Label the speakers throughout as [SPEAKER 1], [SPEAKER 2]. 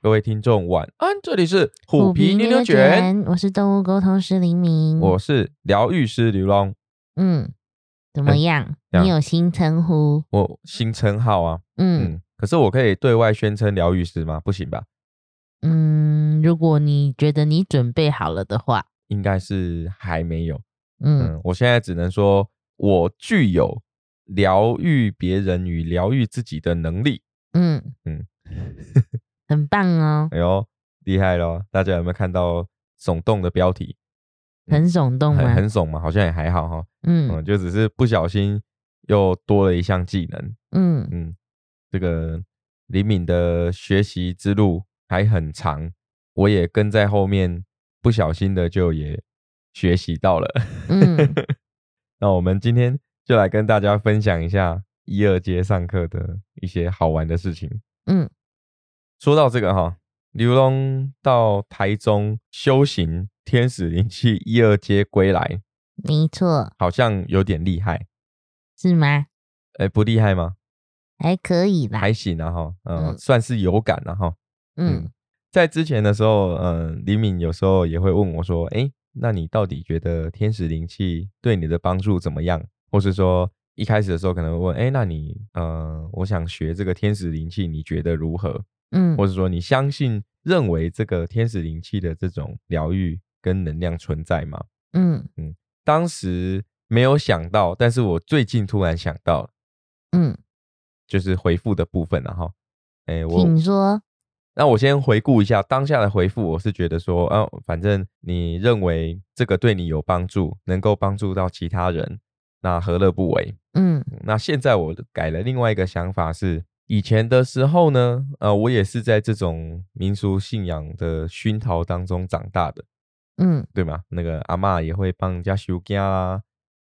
[SPEAKER 1] 各位听众晚安，这里是虎皮牛牛卷，，
[SPEAKER 2] 我是动物沟通师林明。
[SPEAKER 1] 我是疗愈师刘龙，
[SPEAKER 2] 嗯，怎么样？
[SPEAKER 1] 这样
[SPEAKER 2] 你有新称呼？
[SPEAKER 1] 我新称号啊，
[SPEAKER 2] 嗯
[SPEAKER 1] 嗯，可是我可以对外宣称疗愈师吗？不行吧？
[SPEAKER 2] 嗯，如果你觉得你准备好了的话，
[SPEAKER 1] 应该是还没有，
[SPEAKER 2] 嗯
[SPEAKER 1] 嗯，我现在只能说我具有疗愈别人与疗愈自己的能力。
[SPEAKER 2] 嗯嗯
[SPEAKER 1] 嗯，
[SPEAKER 2] 很棒 哦，
[SPEAKER 1] 哎呦，厉害咯！大家有没有看到耸动的标题？
[SPEAKER 2] 很耸动
[SPEAKER 1] 嗯很
[SPEAKER 2] 吗？
[SPEAKER 1] 很耸嘛，好像也还好哈，
[SPEAKER 2] 嗯
[SPEAKER 1] 嗯，就只是不小心又多了一项技能，
[SPEAKER 2] 嗯，
[SPEAKER 1] 嗯，这个李敏的学习之路还很长，我也跟在后面，不小心的就也学习到了。
[SPEAKER 2] 嗯
[SPEAKER 1] 那我们今天就来跟大家分享一下一二阶上课的一些好玩的事情。
[SPEAKER 2] 嗯，
[SPEAKER 1] 说到这个哈，刘龙到台中修行天使灵气一二阶归来，
[SPEAKER 2] 没错，
[SPEAKER 1] 好像有点厉害，
[SPEAKER 2] 是吗？
[SPEAKER 1] 哎，不厉害吗？
[SPEAKER 2] 还可以啦
[SPEAKER 1] 还。行啊哈，嗯，
[SPEAKER 2] 嗯
[SPEAKER 1] 算是有感了、哈。
[SPEAKER 2] 嗯
[SPEAKER 1] 在之前的时候，嗯、李敏有时候也会问我说：“哎，那你到底觉得天使灵气对你的帮助怎么样？”或是说一开始的时候可能会问：“哎，那你，呃，我想学这个天使灵气，你觉得如何？”
[SPEAKER 2] 嗯
[SPEAKER 1] 或是说你相信认为这个天使灵气的这种疗愈跟能量存在吗？
[SPEAKER 2] 嗯
[SPEAKER 1] 当时没有想到，但是我最近突然想到了，
[SPEAKER 2] 嗯，
[SPEAKER 1] 就是回复的部分了哈。哎，我
[SPEAKER 2] 请说。
[SPEAKER 1] 那我先回顾一下当下的回复，我是觉得说，啊，反正你认为这个对你有帮助，能够帮助到其他人，那何乐不为？
[SPEAKER 2] 嗯
[SPEAKER 1] 嗯那现在我改了另外一个想法是，以前的时候呢，呃，我也是在这种民俗信仰的熏陶当中长大的，
[SPEAKER 2] 嗯
[SPEAKER 1] 对吗？那个阿嬷也会帮人家修家啊，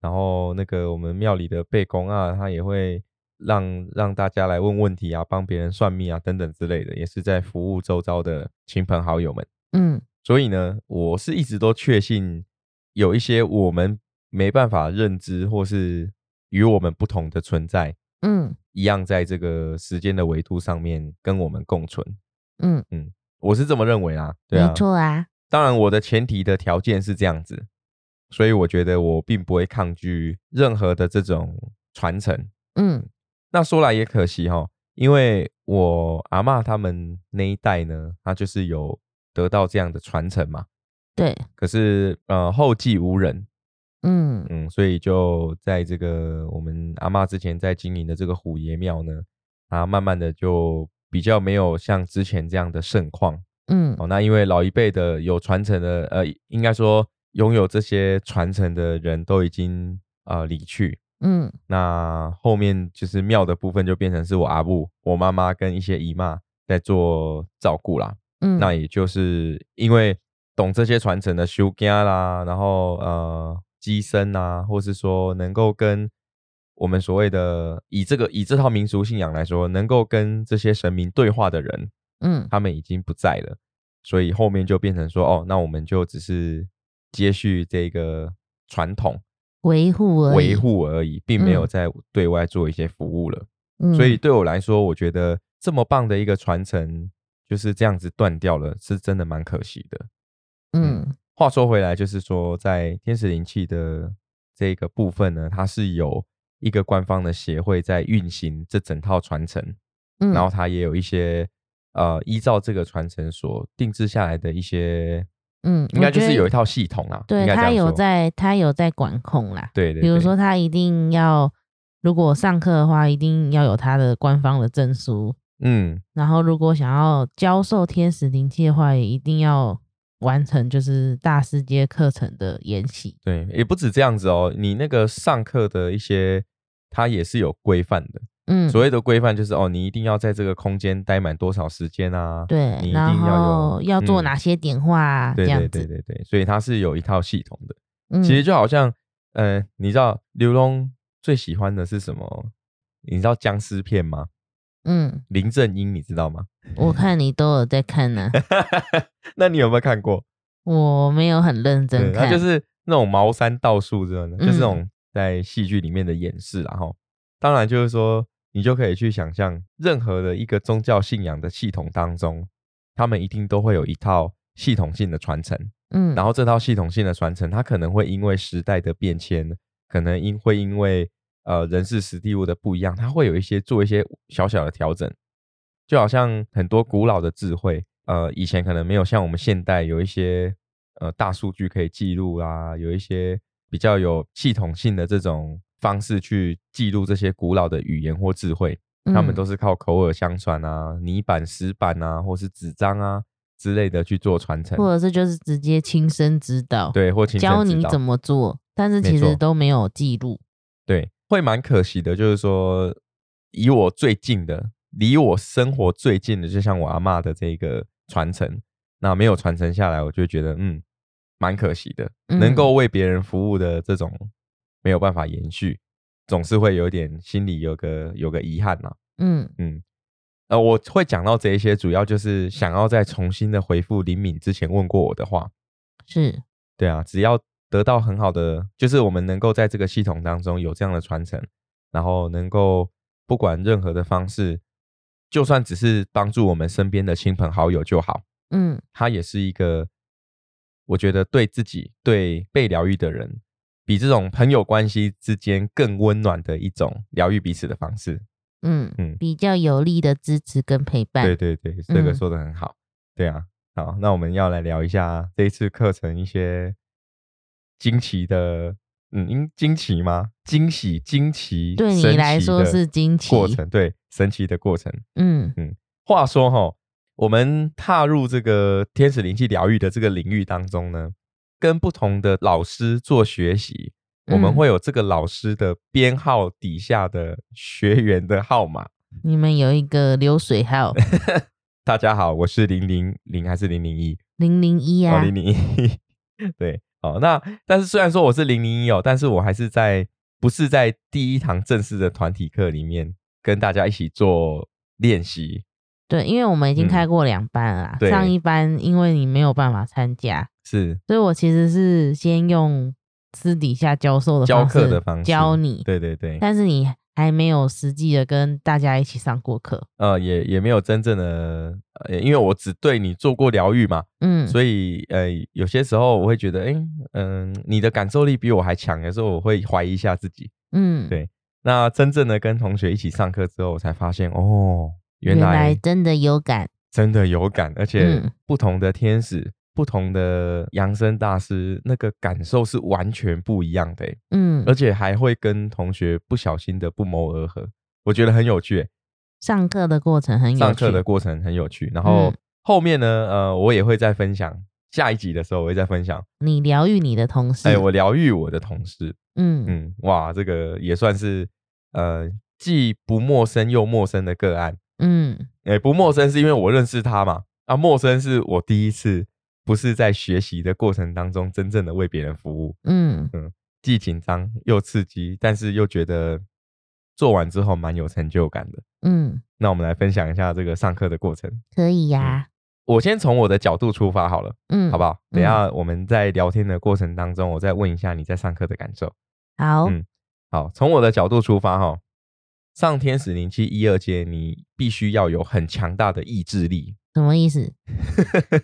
[SPEAKER 1] 然后那个我们庙里的背公啊，他也会让让大家来问问题啊，帮别人算命啊等等之类的，也是在服务周遭的亲朋好友们。
[SPEAKER 2] 嗯
[SPEAKER 1] 所以呢，我是一直都确信有一些我们没办法认知或是与我们不同的存在，
[SPEAKER 2] 嗯
[SPEAKER 1] 一样在这个时间的维度上面跟我们共存。
[SPEAKER 2] 嗯，
[SPEAKER 1] 我是这么认为啦，对啊，
[SPEAKER 2] 没错啊。
[SPEAKER 1] 当然，我的前提的条件是这样子，所以我觉得我并不会抗拒任何的这种传承。
[SPEAKER 2] 嗯
[SPEAKER 1] 那说来也可惜哈，因为我阿嬷他们那一代呢，他就是有得到这样的传承嘛，
[SPEAKER 2] 对，
[SPEAKER 1] 可是呃后继无人，
[SPEAKER 2] 嗯
[SPEAKER 1] 嗯，所以就在这个我们阿嬷之前在经营的这个虎爷庙呢，啊，慢慢的就比较没有像之前这样的盛况。
[SPEAKER 2] 嗯
[SPEAKER 1] 哦，那因为老一辈的有传承的，呃，应该说拥有这些传承的人都已经呃离去，
[SPEAKER 2] 嗯
[SPEAKER 1] 那后面就是庙的部分就变成是我阿布、我妈妈跟一些姨妈在做照顾啦。
[SPEAKER 2] 嗯，
[SPEAKER 1] 那也就是因为懂这些传承的修家啦，然后呃机身啊，或是说能够跟我们所谓的以这个以这套民俗信仰来说，能够跟这些神明对话的人，
[SPEAKER 2] 嗯
[SPEAKER 1] 他们已经不在了，所以后面就变成说，哦，那我们就只是接续这个传统
[SPEAKER 2] 维护而已
[SPEAKER 1] 维，护而已，并没有
[SPEAKER 2] 嗯
[SPEAKER 1] 在对外做一些服务了。
[SPEAKER 2] 嗯
[SPEAKER 1] 所以对我来说，我觉得这么棒的一个传承就是这样子断掉了，是真的蛮可惜的。
[SPEAKER 2] 嗯
[SPEAKER 1] 话说回来，就是说在天使灵气的这个部分呢，它是有一个官方的协会在运行这整套传承。
[SPEAKER 2] 嗯，
[SPEAKER 1] 然后它也有一些呃，依照这个传承所定制下来的一些，
[SPEAKER 2] 嗯，
[SPEAKER 1] 应
[SPEAKER 2] 我
[SPEAKER 1] 该就
[SPEAKER 2] 觉
[SPEAKER 1] 是
[SPEAKER 2] 得
[SPEAKER 1] 有一套系统啦。
[SPEAKER 2] 对
[SPEAKER 1] 应该这
[SPEAKER 2] 他
[SPEAKER 1] 样
[SPEAKER 2] 有
[SPEAKER 1] 说，
[SPEAKER 2] 在他有在管控啦，
[SPEAKER 1] 对对，
[SPEAKER 2] 比如
[SPEAKER 1] 对
[SPEAKER 2] 说他一定要如果上课的话，一定要有他的官方的证书，
[SPEAKER 1] 嗯，
[SPEAKER 2] 然后如果想要教授天使灵气的话，也一定要完成就是大师阶课程的研习。
[SPEAKER 1] 对，也不止这样子哦，你那个上课的一些，它也是有规范的。
[SPEAKER 2] 嗯，
[SPEAKER 1] 所谓的规范就是哦，你一定要在这个空间待满多少时间啊？你
[SPEAKER 2] 对，
[SPEAKER 1] 一
[SPEAKER 2] 然
[SPEAKER 1] 定要有
[SPEAKER 2] 后要做
[SPEAKER 1] 嗯
[SPEAKER 2] 哪些点化啊，
[SPEAKER 1] 对
[SPEAKER 2] 这样
[SPEAKER 1] 对
[SPEAKER 2] 子
[SPEAKER 1] 对。对对，所以它是有一套系统的。
[SPEAKER 2] 嗯，
[SPEAKER 1] 其实就好像，呃，你知道刘龙最喜欢的是什么？你知道僵尸片吗？
[SPEAKER 2] 嗯，
[SPEAKER 1] 林正英，你知道吗？
[SPEAKER 2] 我看你都有在 看呢、
[SPEAKER 1] 那你有没有看过？
[SPEAKER 2] 我没有很认
[SPEAKER 1] 对，
[SPEAKER 2] 真
[SPEAKER 1] 它
[SPEAKER 2] 看，
[SPEAKER 1] 就是那种茅山道术这种的，就是那
[SPEAKER 2] 嗯
[SPEAKER 1] 种在戏剧里面的演示啦。哈。当然就是说，你就可以去想象任何的一个宗教信仰的系统当中，他们一定都会有一套系统性的传承。
[SPEAKER 2] 嗯，
[SPEAKER 1] 然
[SPEAKER 2] 后
[SPEAKER 1] 后这套系统性的传承，它可能会因为时代的变迁，可能因会因为呃人事实地物的不一样，它会有一些做一些小小的调整。就好像很多古老的智慧，呃，以前可能没有像我们现代有一些呃大数据可以记录啊，有一些比较有系统性的这种方式去记录这些古老的语言或智慧。他
[SPEAKER 2] 嗯
[SPEAKER 1] 们都是靠口耳相传啊、泥板、石板啊，或是纸张啊之类的去做传承。
[SPEAKER 2] 或者是就是直接亲身指导，，
[SPEAKER 1] 对，或亲身
[SPEAKER 2] 教
[SPEAKER 1] 指
[SPEAKER 2] 你
[SPEAKER 1] 导
[SPEAKER 2] 怎么做，但是其
[SPEAKER 1] 没错
[SPEAKER 2] 实都没有记录。
[SPEAKER 1] 对，会蛮可惜的。就是说，以我最近的，离我生活最近的，就像我阿嬷的这个传承，那没有传承下来，我就觉得嗯，蛮可惜的。能
[SPEAKER 2] 嗯
[SPEAKER 1] 够为别人服务的这种没有办法延续，总是会有点心里有个有个遗憾呐、
[SPEAKER 2] 嗯
[SPEAKER 1] 嗯，呃，我会讲到这一些，主要就是想要再重新的回复林敏之前问过我的话。
[SPEAKER 2] 是，
[SPEAKER 1] 对啊，只要得到很好的，就是我们能够在这个系统当中有这样的传承，然后能够不管任何的方式，就算只是帮助我们身边的亲朋好友就好，
[SPEAKER 2] 嗯
[SPEAKER 1] 它也是一个，我觉得对自己、对被疗愈的人，比这种朋友关系之间更温暖的一种疗愈彼此的方式。
[SPEAKER 2] 嗯
[SPEAKER 1] 嗯
[SPEAKER 2] 比较有力的支持跟陪伴。
[SPEAKER 1] 对对对，这个
[SPEAKER 2] 嗯
[SPEAKER 1] 说的很好。对啊，好，那我们要来聊一下这一次课程一些惊奇的，嗯，应惊奇吗？惊喜、惊奇，
[SPEAKER 2] 对你
[SPEAKER 1] 神
[SPEAKER 2] 来
[SPEAKER 1] 奇
[SPEAKER 2] 说
[SPEAKER 1] 的
[SPEAKER 2] 是惊奇
[SPEAKER 1] 过程，对，神奇的过程。
[SPEAKER 2] 嗯
[SPEAKER 1] 话说哈，我们踏入这个天使灵气疗愈的这个领域当中呢，跟不同的老师做学习，我们
[SPEAKER 2] 嗯
[SPEAKER 1] 会有这个老师的编号底下的学员的号码。
[SPEAKER 2] 你们有一个流水号
[SPEAKER 1] 大家好，我是零零零还是零零一？
[SPEAKER 2] 零零一
[SPEAKER 1] 哦，
[SPEAKER 2] 啊，
[SPEAKER 1] 零零一， 对，哦，那但是虽然说我是零零一哦，但是我还是在不是在第一堂正式的团体课里面跟大家一起做练习，
[SPEAKER 2] 对，因为我们已
[SPEAKER 1] 嗯
[SPEAKER 2] 经开过两班了啦、
[SPEAKER 1] 对
[SPEAKER 2] 上一班因为你没有办法参加，
[SPEAKER 1] 是
[SPEAKER 2] 所以我其实是先用私底下教授的
[SPEAKER 1] 教
[SPEAKER 2] 方
[SPEAKER 1] 课
[SPEAKER 2] 式
[SPEAKER 1] 的方式，
[SPEAKER 2] 教你，
[SPEAKER 1] 对对对，
[SPEAKER 2] 但是你还没有实际的跟大家一起上过课。
[SPEAKER 1] 呃，也也没有真正的，呃，因为我只对你做过疗愈嘛，
[SPEAKER 2] 嗯，
[SPEAKER 1] 所以呃，有些时候我会觉得，哎、嗯、你的感受力比我还强，有时候我会怀疑一下自己。
[SPEAKER 2] 嗯，
[SPEAKER 1] 对那真正的跟同学一起上课之后，我才发现，哦，
[SPEAKER 2] 原
[SPEAKER 1] 原来
[SPEAKER 2] 真的有感。
[SPEAKER 1] 真的有感，而且
[SPEAKER 2] 嗯
[SPEAKER 1] 不同的天使、不同的扬声大师，那个感受是完全不一样的欸、
[SPEAKER 2] 嗯
[SPEAKER 1] 而，且还会跟同学不小心的不谋而合，我觉得很有趣欸、
[SPEAKER 2] 上课的过程很有趣。
[SPEAKER 1] 上课的过程很有趣，然后
[SPEAKER 2] 嗯
[SPEAKER 1] 后面呢，呃，我也会再分享，下一集的时候我会再分享。
[SPEAKER 2] 你疗愈你的同事，
[SPEAKER 1] 哎、我疗愈我的同事，
[SPEAKER 2] 嗯
[SPEAKER 1] 嗯，哇，这个也算是呃既不陌生又陌生的个案。
[SPEAKER 2] 嗯
[SPEAKER 1] 哎、不陌生是因为我认识他嘛，啊，陌生是我第一次不是在学习的过程当中真正的为别人服务，
[SPEAKER 2] 嗯
[SPEAKER 1] 既紧张又刺激，但是又觉得做完之后蛮有成就感的。
[SPEAKER 2] 嗯，
[SPEAKER 1] 那我们来分享一下这个上课的过程。
[SPEAKER 2] 可以呀、
[SPEAKER 1] 我先从我的角度出发好了，
[SPEAKER 2] 嗯，
[SPEAKER 1] 好不
[SPEAKER 2] 好？
[SPEAKER 1] 好？等一下我们在聊天的过程当中，我再问一下你在上课的感受。
[SPEAKER 2] 好，
[SPEAKER 1] 嗯好，从我的角度出发哈，上天使灵气一二阶，你必须要有很强大的意志力。
[SPEAKER 2] 什么意 思？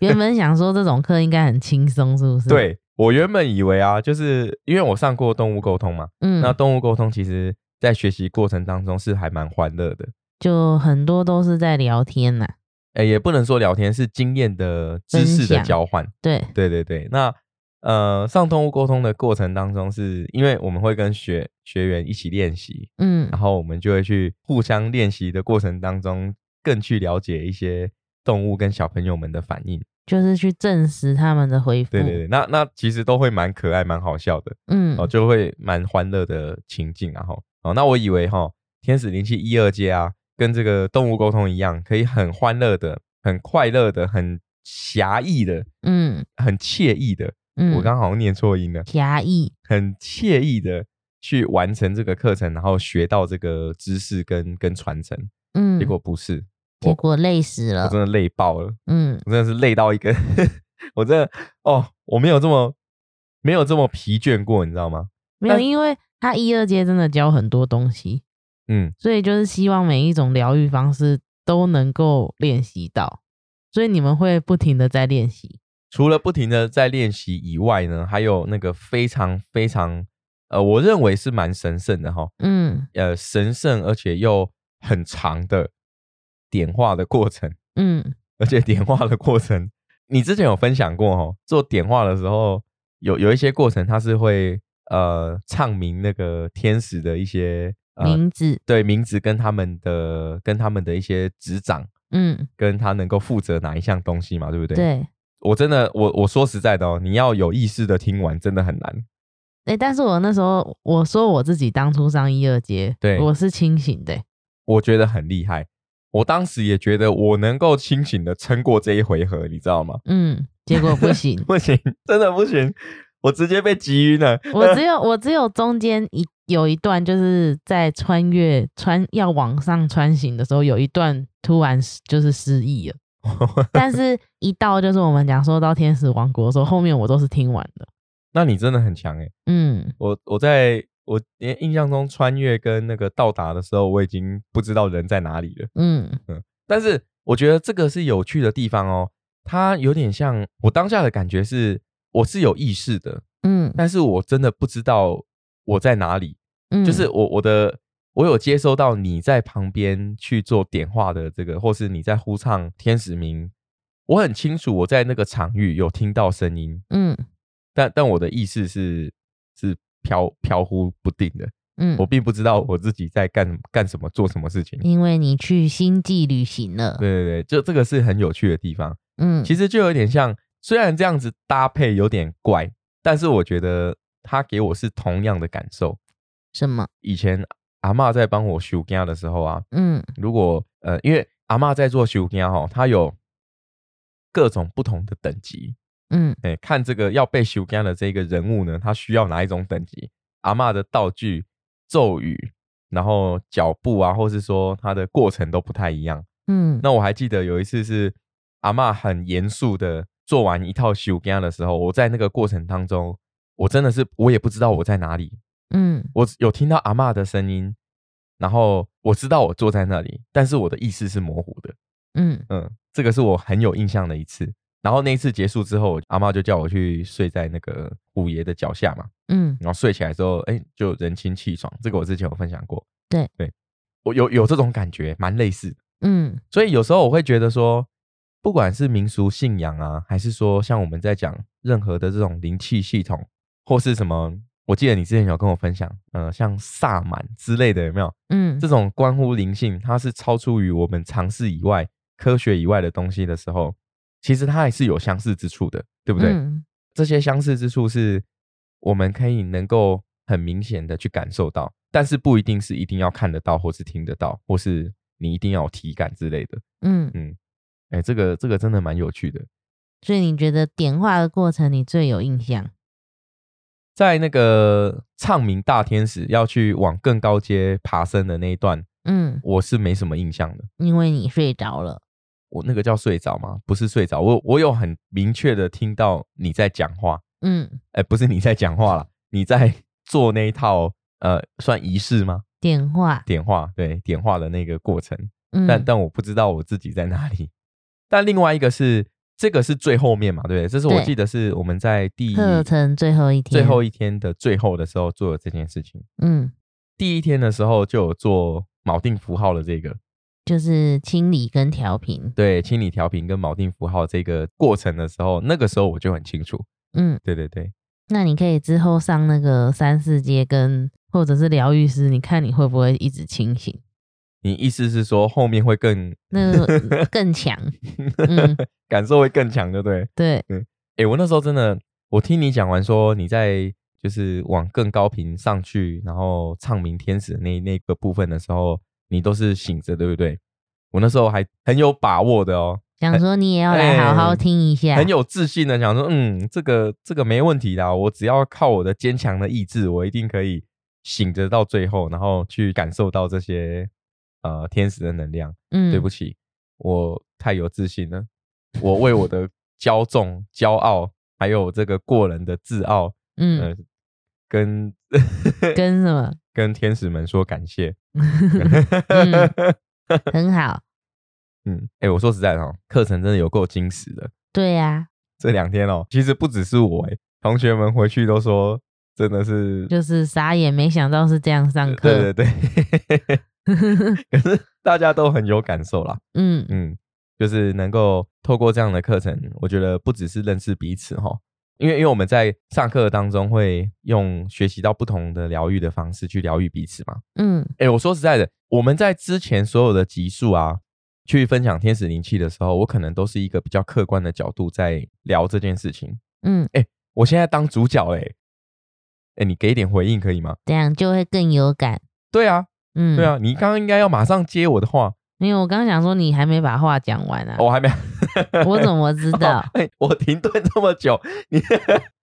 [SPEAKER 2] 原本想说这种课应该很轻松，是不是？，
[SPEAKER 1] 对我原本以为啊，就是因为我上过动物沟通嘛，
[SPEAKER 2] 嗯，
[SPEAKER 1] 那动物沟通其实在学习过程当中是还蛮欢乐的，
[SPEAKER 2] 就很多都是在聊天呐、
[SPEAKER 1] 哎，也不能说聊天，是经验的知
[SPEAKER 2] 分
[SPEAKER 1] 识的
[SPEAKER 2] 享
[SPEAKER 1] 交换。
[SPEAKER 2] 对，
[SPEAKER 1] 对对对，那呃，上动物沟通的过程当中是，因为我们会跟学学员一起练习，
[SPEAKER 2] 嗯
[SPEAKER 1] 然后我们就会去互相练习的过程当中，更去了解一些动物跟小朋友们的反应。
[SPEAKER 2] 就是去证实他们的回复。
[SPEAKER 1] 对对对，那那其实都会蛮可爱、蛮好笑的。
[SPEAKER 2] 嗯，
[SPEAKER 1] 哦，就会蛮欢乐的情境、啊，然后哦，那我以为哈、天使灵气一二阶啊，跟这个动物沟通一样，可以很欢乐的、很快乐的、很侠义的、
[SPEAKER 2] 嗯
[SPEAKER 1] 很惬意的，
[SPEAKER 2] 嗯，
[SPEAKER 1] 我刚好像念错音了，
[SPEAKER 2] 狭义，
[SPEAKER 1] 很惬意的去完成这个课程，然后学到这个知识跟跟传承，
[SPEAKER 2] 嗯，啊
[SPEAKER 1] 结果不是，
[SPEAKER 2] 结果累死
[SPEAKER 1] 我
[SPEAKER 2] 了
[SPEAKER 1] 真，的累爆了，
[SPEAKER 2] 嗯
[SPEAKER 1] 我真的是累到一个， 我真的哦，我没有这么没有这么疲倦过，你知道吗？
[SPEAKER 2] 没有，
[SPEAKER 1] 但
[SPEAKER 2] 因为他一二阶真的教很多东西，
[SPEAKER 1] 嗯。
[SPEAKER 2] 所以就是希望每一种疗愈方式都能够练习到。所以你们会不停的在练习。
[SPEAKER 1] 除了不停的在练习以外呢，还有那个非常非常呃，我认为是蛮神圣的哈，
[SPEAKER 2] 嗯
[SPEAKER 1] 呃，神圣而且又很长的点化的过程，
[SPEAKER 2] 嗯，
[SPEAKER 1] 而且点化的过程，你之前有分享过哦，做点化的时候有有一些过程，它是会呃唱名那个天使的一些呃
[SPEAKER 2] 名字，
[SPEAKER 1] 对名字跟他们的跟他们的一些执掌，
[SPEAKER 2] 嗯，
[SPEAKER 1] 跟他能够负责哪一项东西嘛，对不对？，
[SPEAKER 2] 对。
[SPEAKER 1] 我真的我我说实在的哦，你要有意识的听完真的很难，
[SPEAKER 2] 哎、但是我那时候我说我自己当初上一二节，
[SPEAKER 1] 对
[SPEAKER 2] 我是清醒的欸、
[SPEAKER 1] 我觉得很厉害。我当时也觉得我能够清醒的撑过这一回合，你知道吗？，
[SPEAKER 2] 嗯，结果不行
[SPEAKER 1] 不行，真的不行，我直接被急晕了。
[SPEAKER 2] 我只有我只有中间一有一段就是在穿越穿要往上穿行的时候，有一段突然失就是失忆了，但是一到就是我们讲说到天使王国的时候，后面我都是听完的。
[SPEAKER 1] 那你真的很强诶、欸
[SPEAKER 2] 嗯，
[SPEAKER 1] 我我在我印象中穿越跟那个到达的时候，我已经不知道人在哪里了。
[SPEAKER 2] 嗯
[SPEAKER 1] 但是我觉得这个是有趣的地方哦，它有点像我当下的感觉是我是有意识的，
[SPEAKER 2] 嗯
[SPEAKER 1] 但是我真的不知道我在哪里，
[SPEAKER 2] 嗯，
[SPEAKER 1] 就是我我的。我有接收到你在旁边去做点化的这个，或是你在呼唱天使名，我很清楚我在那个场域有听到声音，
[SPEAKER 2] 嗯
[SPEAKER 1] 但但我的意识是是飘飘忽不定的，
[SPEAKER 2] 嗯
[SPEAKER 1] 我，并不知道我自己在干干什么、做什么事情。
[SPEAKER 2] 因为你去星际旅行了，
[SPEAKER 1] 对对对，就这个是很有趣的地方。
[SPEAKER 2] 嗯，
[SPEAKER 1] 其实就有点像，虽然这样子搭配有点怪，但是我觉得它给我是同样的感受。
[SPEAKER 2] 什么？
[SPEAKER 1] 以前阿嬷在帮我修家的时候啊，
[SPEAKER 2] 嗯
[SPEAKER 1] 如果呃，因为阿嬷在做修家哈，她有各种不同的等级，
[SPEAKER 2] 嗯
[SPEAKER 1] 哎、看这个要被修干的这个人物呢，他需要哪一种等级？阿嬷的道具、咒语，然后脚步啊，或是说他的过程都不太一样。
[SPEAKER 2] 嗯
[SPEAKER 1] 那我还记得有一次是阿嬷很严肃的做完一套修干的时候，我在那个过程当中，我真的是我也不知道我在哪里，
[SPEAKER 2] 嗯
[SPEAKER 1] 我只有听到阿嬷的声音，然后我知道我坐在那里，但是我的意识是模糊的。
[SPEAKER 2] 嗯
[SPEAKER 1] 嗯，这个是我很有印象的一次。然后那一次结束之后，阿妈就叫我去睡在那个五爷的脚下嘛。
[SPEAKER 2] 嗯，
[SPEAKER 1] 然后睡起来之后，哎，就人清气爽。这个我之前有分享过。
[SPEAKER 2] 对
[SPEAKER 1] 对，我有有这种感觉，蛮类似的。
[SPEAKER 2] 嗯
[SPEAKER 1] 所以有时候我会觉得说，不管是民俗信仰啊，还是说像我们在讲任何的这种灵气系统，或是什么，我记得你之前有跟我分享，呃，像萨满之类的，有没有？
[SPEAKER 2] 嗯
[SPEAKER 1] 这种关乎灵性，它是超出于我们常识以外、科学以外的东西的时候，其实它还是有相似之处的，对不对？
[SPEAKER 2] 嗯
[SPEAKER 1] 这些相似之处是我们可以能够很明显的去感受到，但是不一定是一定要看得到，或是听得到，或是你一定要有体感之类的。
[SPEAKER 2] 嗯，
[SPEAKER 1] 哎，这个这个真的蛮有趣的。
[SPEAKER 2] 所以你觉得点化的过程你最有印象？
[SPEAKER 1] 在那个唱名大天使要去往更高阶爬升的那一段，
[SPEAKER 2] 嗯，
[SPEAKER 1] 我是没什么印象的。
[SPEAKER 2] 因为你睡着了。
[SPEAKER 1] 我那个叫睡着吗？不是睡着，我我有很明确的听到你在讲话，
[SPEAKER 2] 嗯，
[SPEAKER 1] 哎、不是你在讲话啦，你在 做那一套呃，算仪式吗？
[SPEAKER 2] 点化。
[SPEAKER 1] 点化，对，点化的那个过程，
[SPEAKER 2] 嗯，
[SPEAKER 1] 但但我不知道我自己在哪里。但另外一个是这个是最后面嘛，对不对？这是我
[SPEAKER 2] 对
[SPEAKER 1] 记得是我们在第
[SPEAKER 2] 课程最后一天，
[SPEAKER 1] 最后一天的最后的时候做的这件事情。
[SPEAKER 2] 嗯，
[SPEAKER 1] 第一天的时候就有做锚定符号的这个，
[SPEAKER 2] 就是清理跟调频。
[SPEAKER 1] 对，清理调频跟锚定符号这个过程的时候，那个时候我就很清楚。
[SPEAKER 2] 嗯，
[SPEAKER 1] 对对对，
[SPEAKER 2] 那你可以之后上那个三四阶跟或者是疗愈师，你看你会不会一直清醒？
[SPEAKER 1] 你意思是说后面会更
[SPEAKER 2] 那 个更强。嗯，
[SPEAKER 1] 感受会更强，对不对？
[SPEAKER 2] 对，
[SPEAKER 1] 诶，我那时候真的，我听你讲完说你在就是往更高频上去，然后唱名天使的那那个部分的时候，你都是醒着，对不对？我那时候还很有把握的哦，
[SPEAKER 2] 想说你也要来好好听一下。
[SPEAKER 1] 哎很有自信的想说，嗯，这个这个没问题啦，我只要靠我的坚强的意志，我一定可以醒着到最后，然后去感受到这些呃天使的能量。
[SPEAKER 2] 嗯，
[SPEAKER 1] 对不起，我太有自信了，我为我的骄纵、骄傲，还有这个过人的自傲，
[SPEAKER 2] 嗯，
[SPEAKER 1] 呃，跟 嗯
[SPEAKER 2] 跟什么？
[SPEAKER 1] 跟天使们说感谢。
[SPEAKER 2] 嗯很好。
[SPEAKER 1] 嗯，哎、我说实在的哦，课程真的有够惊喜的。
[SPEAKER 2] 对啊呀、
[SPEAKER 1] 这两天哦，其实不只是我哎，同学们回去都说真的是，
[SPEAKER 2] 就是啥也没想到是这样上
[SPEAKER 1] 对
[SPEAKER 2] 课。
[SPEAKER 1] 对对，可是大家都很有感受啦。
[SPEAKER 2] 嗯，
[SPEAKER 1] 嗯，就是能够透过这样的课程，我觉得不只是认识彼此哈，因为因为我们在上课当中会用学习到不同的疗愈的方式去疗愈彼此嘛。
[SPEAKER 2] 嗯，
[SPEAKER 1] 哎，我说实在的，我们在之前所有的集数啊，去分享天使灵气的时候，我可能都是一个比较客观的角度在聊这件事情。
[SPEAKER 2] 嗯，
[SPEAKER 1] 我现在当主角嘞、欸，哎，你给一点回应可以吗？
[SPEAKER 2] 这样就会更有感。
[SPEAKER 1] 对啊，
[SPEAKER 2] 嗯，
[SPEAKER 1] 对啊，，你刚刚应该要马上接我的话，哦
[SPEAKER 2] 因为我刚想说你还没把话讲完啊，
[SPEAKER 1] 我还没，
[SPEAKER 2] 我怎么 知道？
[SPEAKER 1] 哎我停顿这么 久，你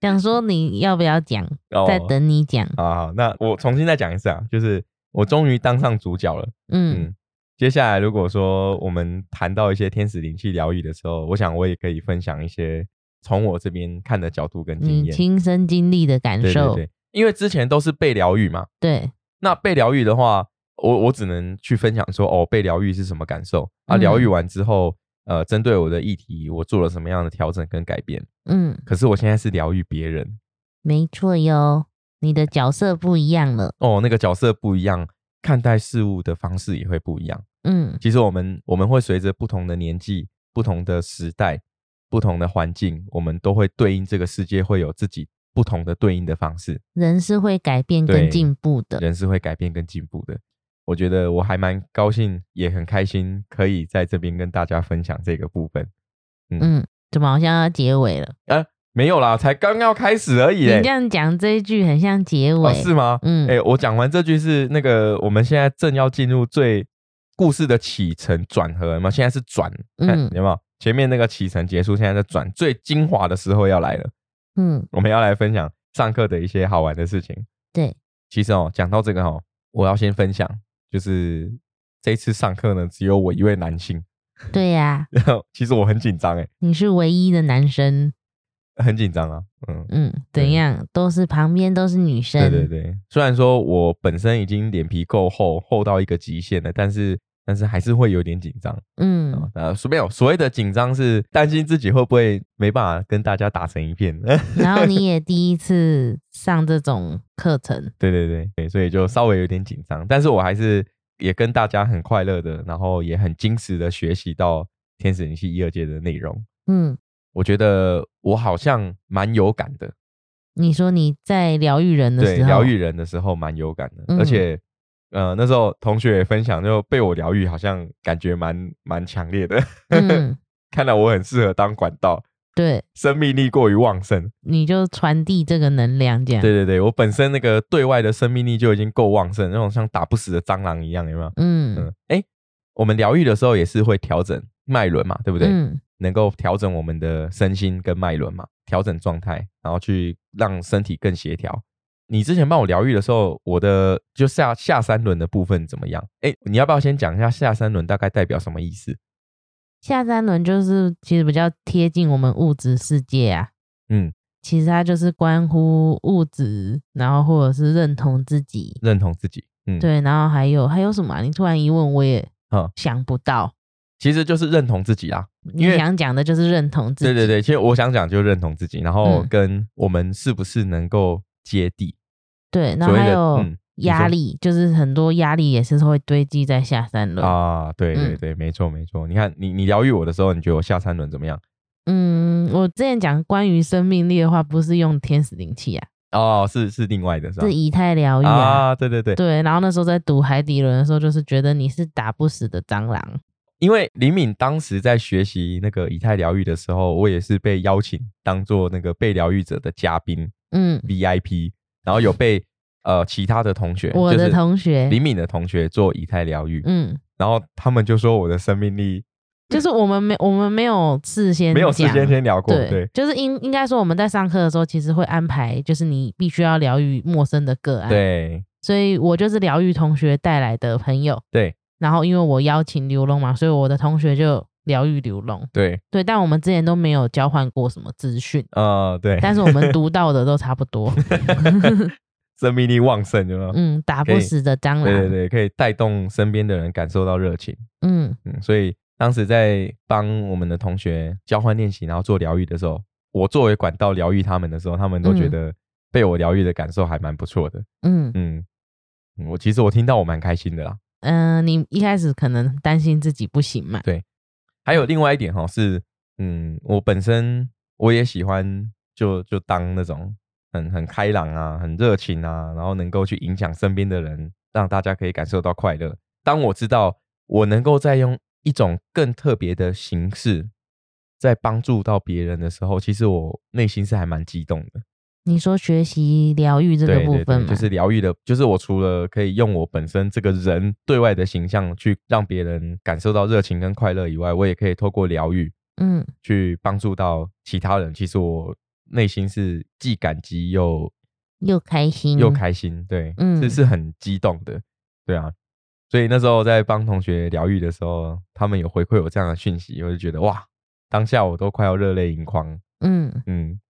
[SPEAKER 2] 想说你要不要讲，
[SPEAKER 1] 哦
[SPEAKER 2] 再等你讲。
[SPEAKER 1] 好好，那我重新再讲一次啊，就是我终于当上主角了。
[SPEAKER 2] 嗯
[SPEAKER 1] 嗯，接下来如果说我们谈到一些天使灵气疗愈的时候，我想我也可以分享一些从我这边看的角度跟经
[SPEAKER 2] 你
[SPEAKER 1] 验。
[SPEAKER 2] 亲身经历的感
[SPEAKER 1] 对对
[SPEAKER 2] 受，
[SPEAKER 1] 对，因为之前都是被疗愈嘛，
[SPEAKER 2] 对
[SPEAKER 1] 那被疗愈的话，我我只能去分享说哦，被疗愈是什么感受啊？
[SPEAKER 2] 嗯
[SPEAKER 1] 疗愈完之后，呃，针对我的议题，我做了什么样的调整跟改变？
[SPEAKER 2] 嗯，
[SPEAKER 1] 可是我现在是疗愈别人，
[SPEAKER 2] 没错哟，你的角色不一样了。
[SPEAKER 1] 哦，那个角色不一样，看待事物的方式也会不一样。
[SPEAKER 2] 嗯
[SPEAKER 1] 其实我们我们会随着不同的年纪、不同的时代、不同的环境，我们都会对应这个世界，会有自己不同的对应的方式。
[SPEAKER 2] 人是会改变
[SPEAKER 1] 对
[SPEAKER 2] 跟进步的。
[SPEAKER 1] 人是会改变跟进步的。我觉得我还蛮高兴，也很开心，可以在这边跟大家分享这个部分。
[SPEAKER 2] 嗯，怎么好像要结尾了？
[SPEAKER 1] 没有啦，才刚要开始而已、
[SPEAKER 2] 你
[SPEAKER 1] 欸。
[SPEAKER 2] 这样讲这一句很像结尾。
[SPEAKER 1] 哦，是吗？
[SPEAKER 2] 嗯
[SPEAKER 1] 哎、我讲完这句是那个，我们现在正要进入最故事的起承转合，有没有？现在是转，嗯，
[SPEAKER 2] 嗯
[SPEAKER 1] 有没有？前面那个起承结束，现在在转，最精华的时候要来了。
[SPEAKER 2] 嗯，
[SPEAKER 1] 我们要来分享上课的一些好玩的事情。
[SPEAKER 2] 对，
[SPEAKER 1] 其实哦，讲到这个哦，我要先分享，就是这一次上课呢，只有我一位男性，
[SPEAKER 2] 对呀、
[SPEAKER 1] 然后其实我很紧张，哎，
[SPEAKER 2] 你是唯一的男生。
[SPEAKER 1] 很紧张啊，嗯。
[SPEAKER 2] 嗯，
[SPEAKER 1] 对
[SPEAKER 2] 怎样？都是旁边都是女生。
[SPEAKER 1] 对对对，虽然说我本身已经脸皮够厚，厚到一个极限了，但是但是还是会有点紧张。
[SPEAKER 2] 嗯
[SPEAKER 1] 啊，呃，所没有所谓的紧张是担心自己会不会没办法跟大家打成一片。
[SPEAKER 2] 然后你也第一次上这种课程，
[SPEAKER 1] 对对对对，所以就稍微有点紧张，但是我还是也跟大家很快乐的，然后也很精实的学习到天使灵气一二界的内容。
[SPEAKER 2] 嗯，
[SPEAKER 1] 我觉得我好像蛮有感的，
[SPEAKER 2] 你说你在疗愈人的
[SPEAKER 1] 对
[SPEAKER 2] 时候，
[SPEAKER 1] 疗愈人的时候蛮有感的，而
[SPEAKER 2] 嗯
[SPEAKER 1] 且呃那时候同学也分享，就被我疗愈，好像感觉蛮蛮强烈的。
[SPEAKER 2] 嗯，
[SPEAKER 1] 看来我很适合当管道，
[SPEAKER 2] 对，
[SPEAKER 1] 生命力过于旺盛。
[SPEAKER 2] 你就传递这个能量，这样，
[SPEAKER 1] 对对对，我本身那个对外的生命力就已经够旺盛，那种像打不死的蟑螂一样，有没有？
[SPEAKER 2] 嗯，
[SPEAKER 1] 嗯，哎，我们疗愈的时候也是会调整脉轮嘛，对不对？
[SPEAKER 2] 嗯，
[SPEAKER 1] 能够调整我们的身心跟脉轮嘛，调整状态，然后去让身体更协调。你之前帮我疗愈的时候，我的就下下三轮的部分怎么样？哎，你要不要先讲一下下三轮大概代表什么意思？
[SPEAKER 2] 下三轮就是其实比较贴近我们物质世界啊，
[SPEAKER 1] 嗯，
[SPEAKER 2] 其实它就是关乎物质，然后或者是认同自己，
[SPEAKER 1] 认同自己，嗯，，
[SPEAKER 2] 对，然后还有还有什么啊、你突然一问，我也
[SPEAKER 1] 嗯
[SPEAKER 2] 想不到，
[SPEAKER 1] 其实就是认同自己啊，因
[SPEAKER 2] 你
[SPEAKER 1] 为
[SPEAKER 2] 想讲的就是认同自己，
[SPEAKER 1] 对对对，其实我想讲就认同自己，然后
[SPEAKER 2] 嗯
[SPEAKER 1] 跟我们是不是能够接地，
[SPEAKER 2] 对，
[SPEAKER 1] 所
[SPEAKER 2] 然后
[SPEAKER 1] 谓
[SPEAKER 2] 还
[SPEAKER 1] 的
[SPEAKER 2] 有
[SPEAKER 1] 嗯你说
[SPEAKER 2] 压力，就是很多压力也是会堆积在下三轮。
[SPEAKER 1] 啊，对对
[SPEAKER 2] 嗯
[SPEAKER 1] 对，没错没错。你看你你疗愈我的时候，你觉得我下三轮怎么样？
[SPEAKER 2] 嗯，我之前讲关于生命力的话，不是用天使灵气啊，
[SPEAKER 1] 哦，是是另外的是吧
[SPEAKER 2] 是？以太疗愈啊。
[SPEAKER 1] 啊，对对对，
[SPEAKER 2] 对，然后那时候在读海底轮的时候，就是觉得你是打不死的蟑螂。
[SPEAKER 1] 因为李敏当时在学习那个以太疗愈的时候，我也是被邀请当做那个被疗愈者的嘉宾
[SPEAKER 2] 嗯，
[SPEAKER 1] VIP，然后有被呃其他的同学，
[SPEAKER 2] 我的同
[SPEAKER 1] 就
[SPEAKER 2] 学
[SPEAKER 1] 是李，敏的同学做以太疗愈，
[SPEAKER 2] 嗯，
[SPEAKER 1] 然后他们就说我的生命力
[SPEAKER 2] 就是我们没我们没有事先
[SPEAKER 1] 没有事先
[SPEAKER 2] 讲
[SPEAKER 1] 先聊过，
[SPEAKER 2] 对，
[SPEAKER 1] 对
[SPEAKER 2] 就是应应该说我们在上课的时候，其实会安排，就是你必须要疗愈陌生的个案。
[SPEAKER 1] 对
[SPEAKER 2] 所以我就是疗愈同学带来的朋友。
[SPEAKER 1] 对，
[SPEAKER 2] 然后因为我邀请刘龙嘛，所以我的同学就疗愈刘龙。
[SPEAKER 1] 对，
[SPEAKER 2] 对，但我们之前都没有交换过什么资讯，
[SPEAKER 1] 呃对，
[SPEAKER 2] 但是我 们读到的都差不多。
[SPEAKER 1] 生命力旺盛，有没有？
[SPEAKER 2] 嗯，啊打不死的蟑螂。
[SPEAKER 1] 对对对，可以带动身边的人感受到热情。
[SPEAKER 2] 嗯
[SPEAKER 1] 嗯，所以当时在帮我们的同学交换练习，然后做疗愈的时候，我作为管道疗愈他们的时候，他们都觉
[SPEAKER 2] 嗯
[SPEAKER 1] 得被我疗愈的感受还蛮不错的。
[SPEAKER 2] 嗯
[SPEAKER 1] 嗯，嗯我其实我听到我蛮开心的啦。
[SPEAKER 2] 嗯、呃你一开始可能担心自己不行嘛，
[SPEAKER 1] 还有另外一点哈是，嗯，我本身我也喜欢就就当那种很很开朗啊，很热情啊，然后能够去影响身边的人，让大家可以感受到快乐。当我知道我能够再用一种更特别的形式在帮助到别人的时候，其实我内心是还蛮激动的。
[SPEAKER 2] 你说学习疗愈这个
[SPEAKER 1] 对
[SPEAKER 2] 部
[SPEAKER 1] 对
[SPEAKER 2] 分
[SPEAKER 1] 对，
[SPEAKER 2] 嘛，
[SPEAKER 1] 就是疗愈的，就是我除了可以用我本身这个人对外的形象去让别人感受到热情跟快乐以外，我也可以透过疗愈
[SPEAKER 2] 嗯
[SPEAKER 1] 去帮助到其他人。其实我内心是既感激又
[SPEAKER 2] 又开心
[SPEAKER 1] 又开心，对，
[SPEAKER 2] 嗯
[SPEAKER 1] 是是很激动的，对啊。所以那时候在帮同学疗愈的时候，他们有回馈我这样的讯息，我就觉得哇，当下我都快要热泪盈眶。
[SPEAKER 2] 嗯
[SPEAKER 1] 嗯，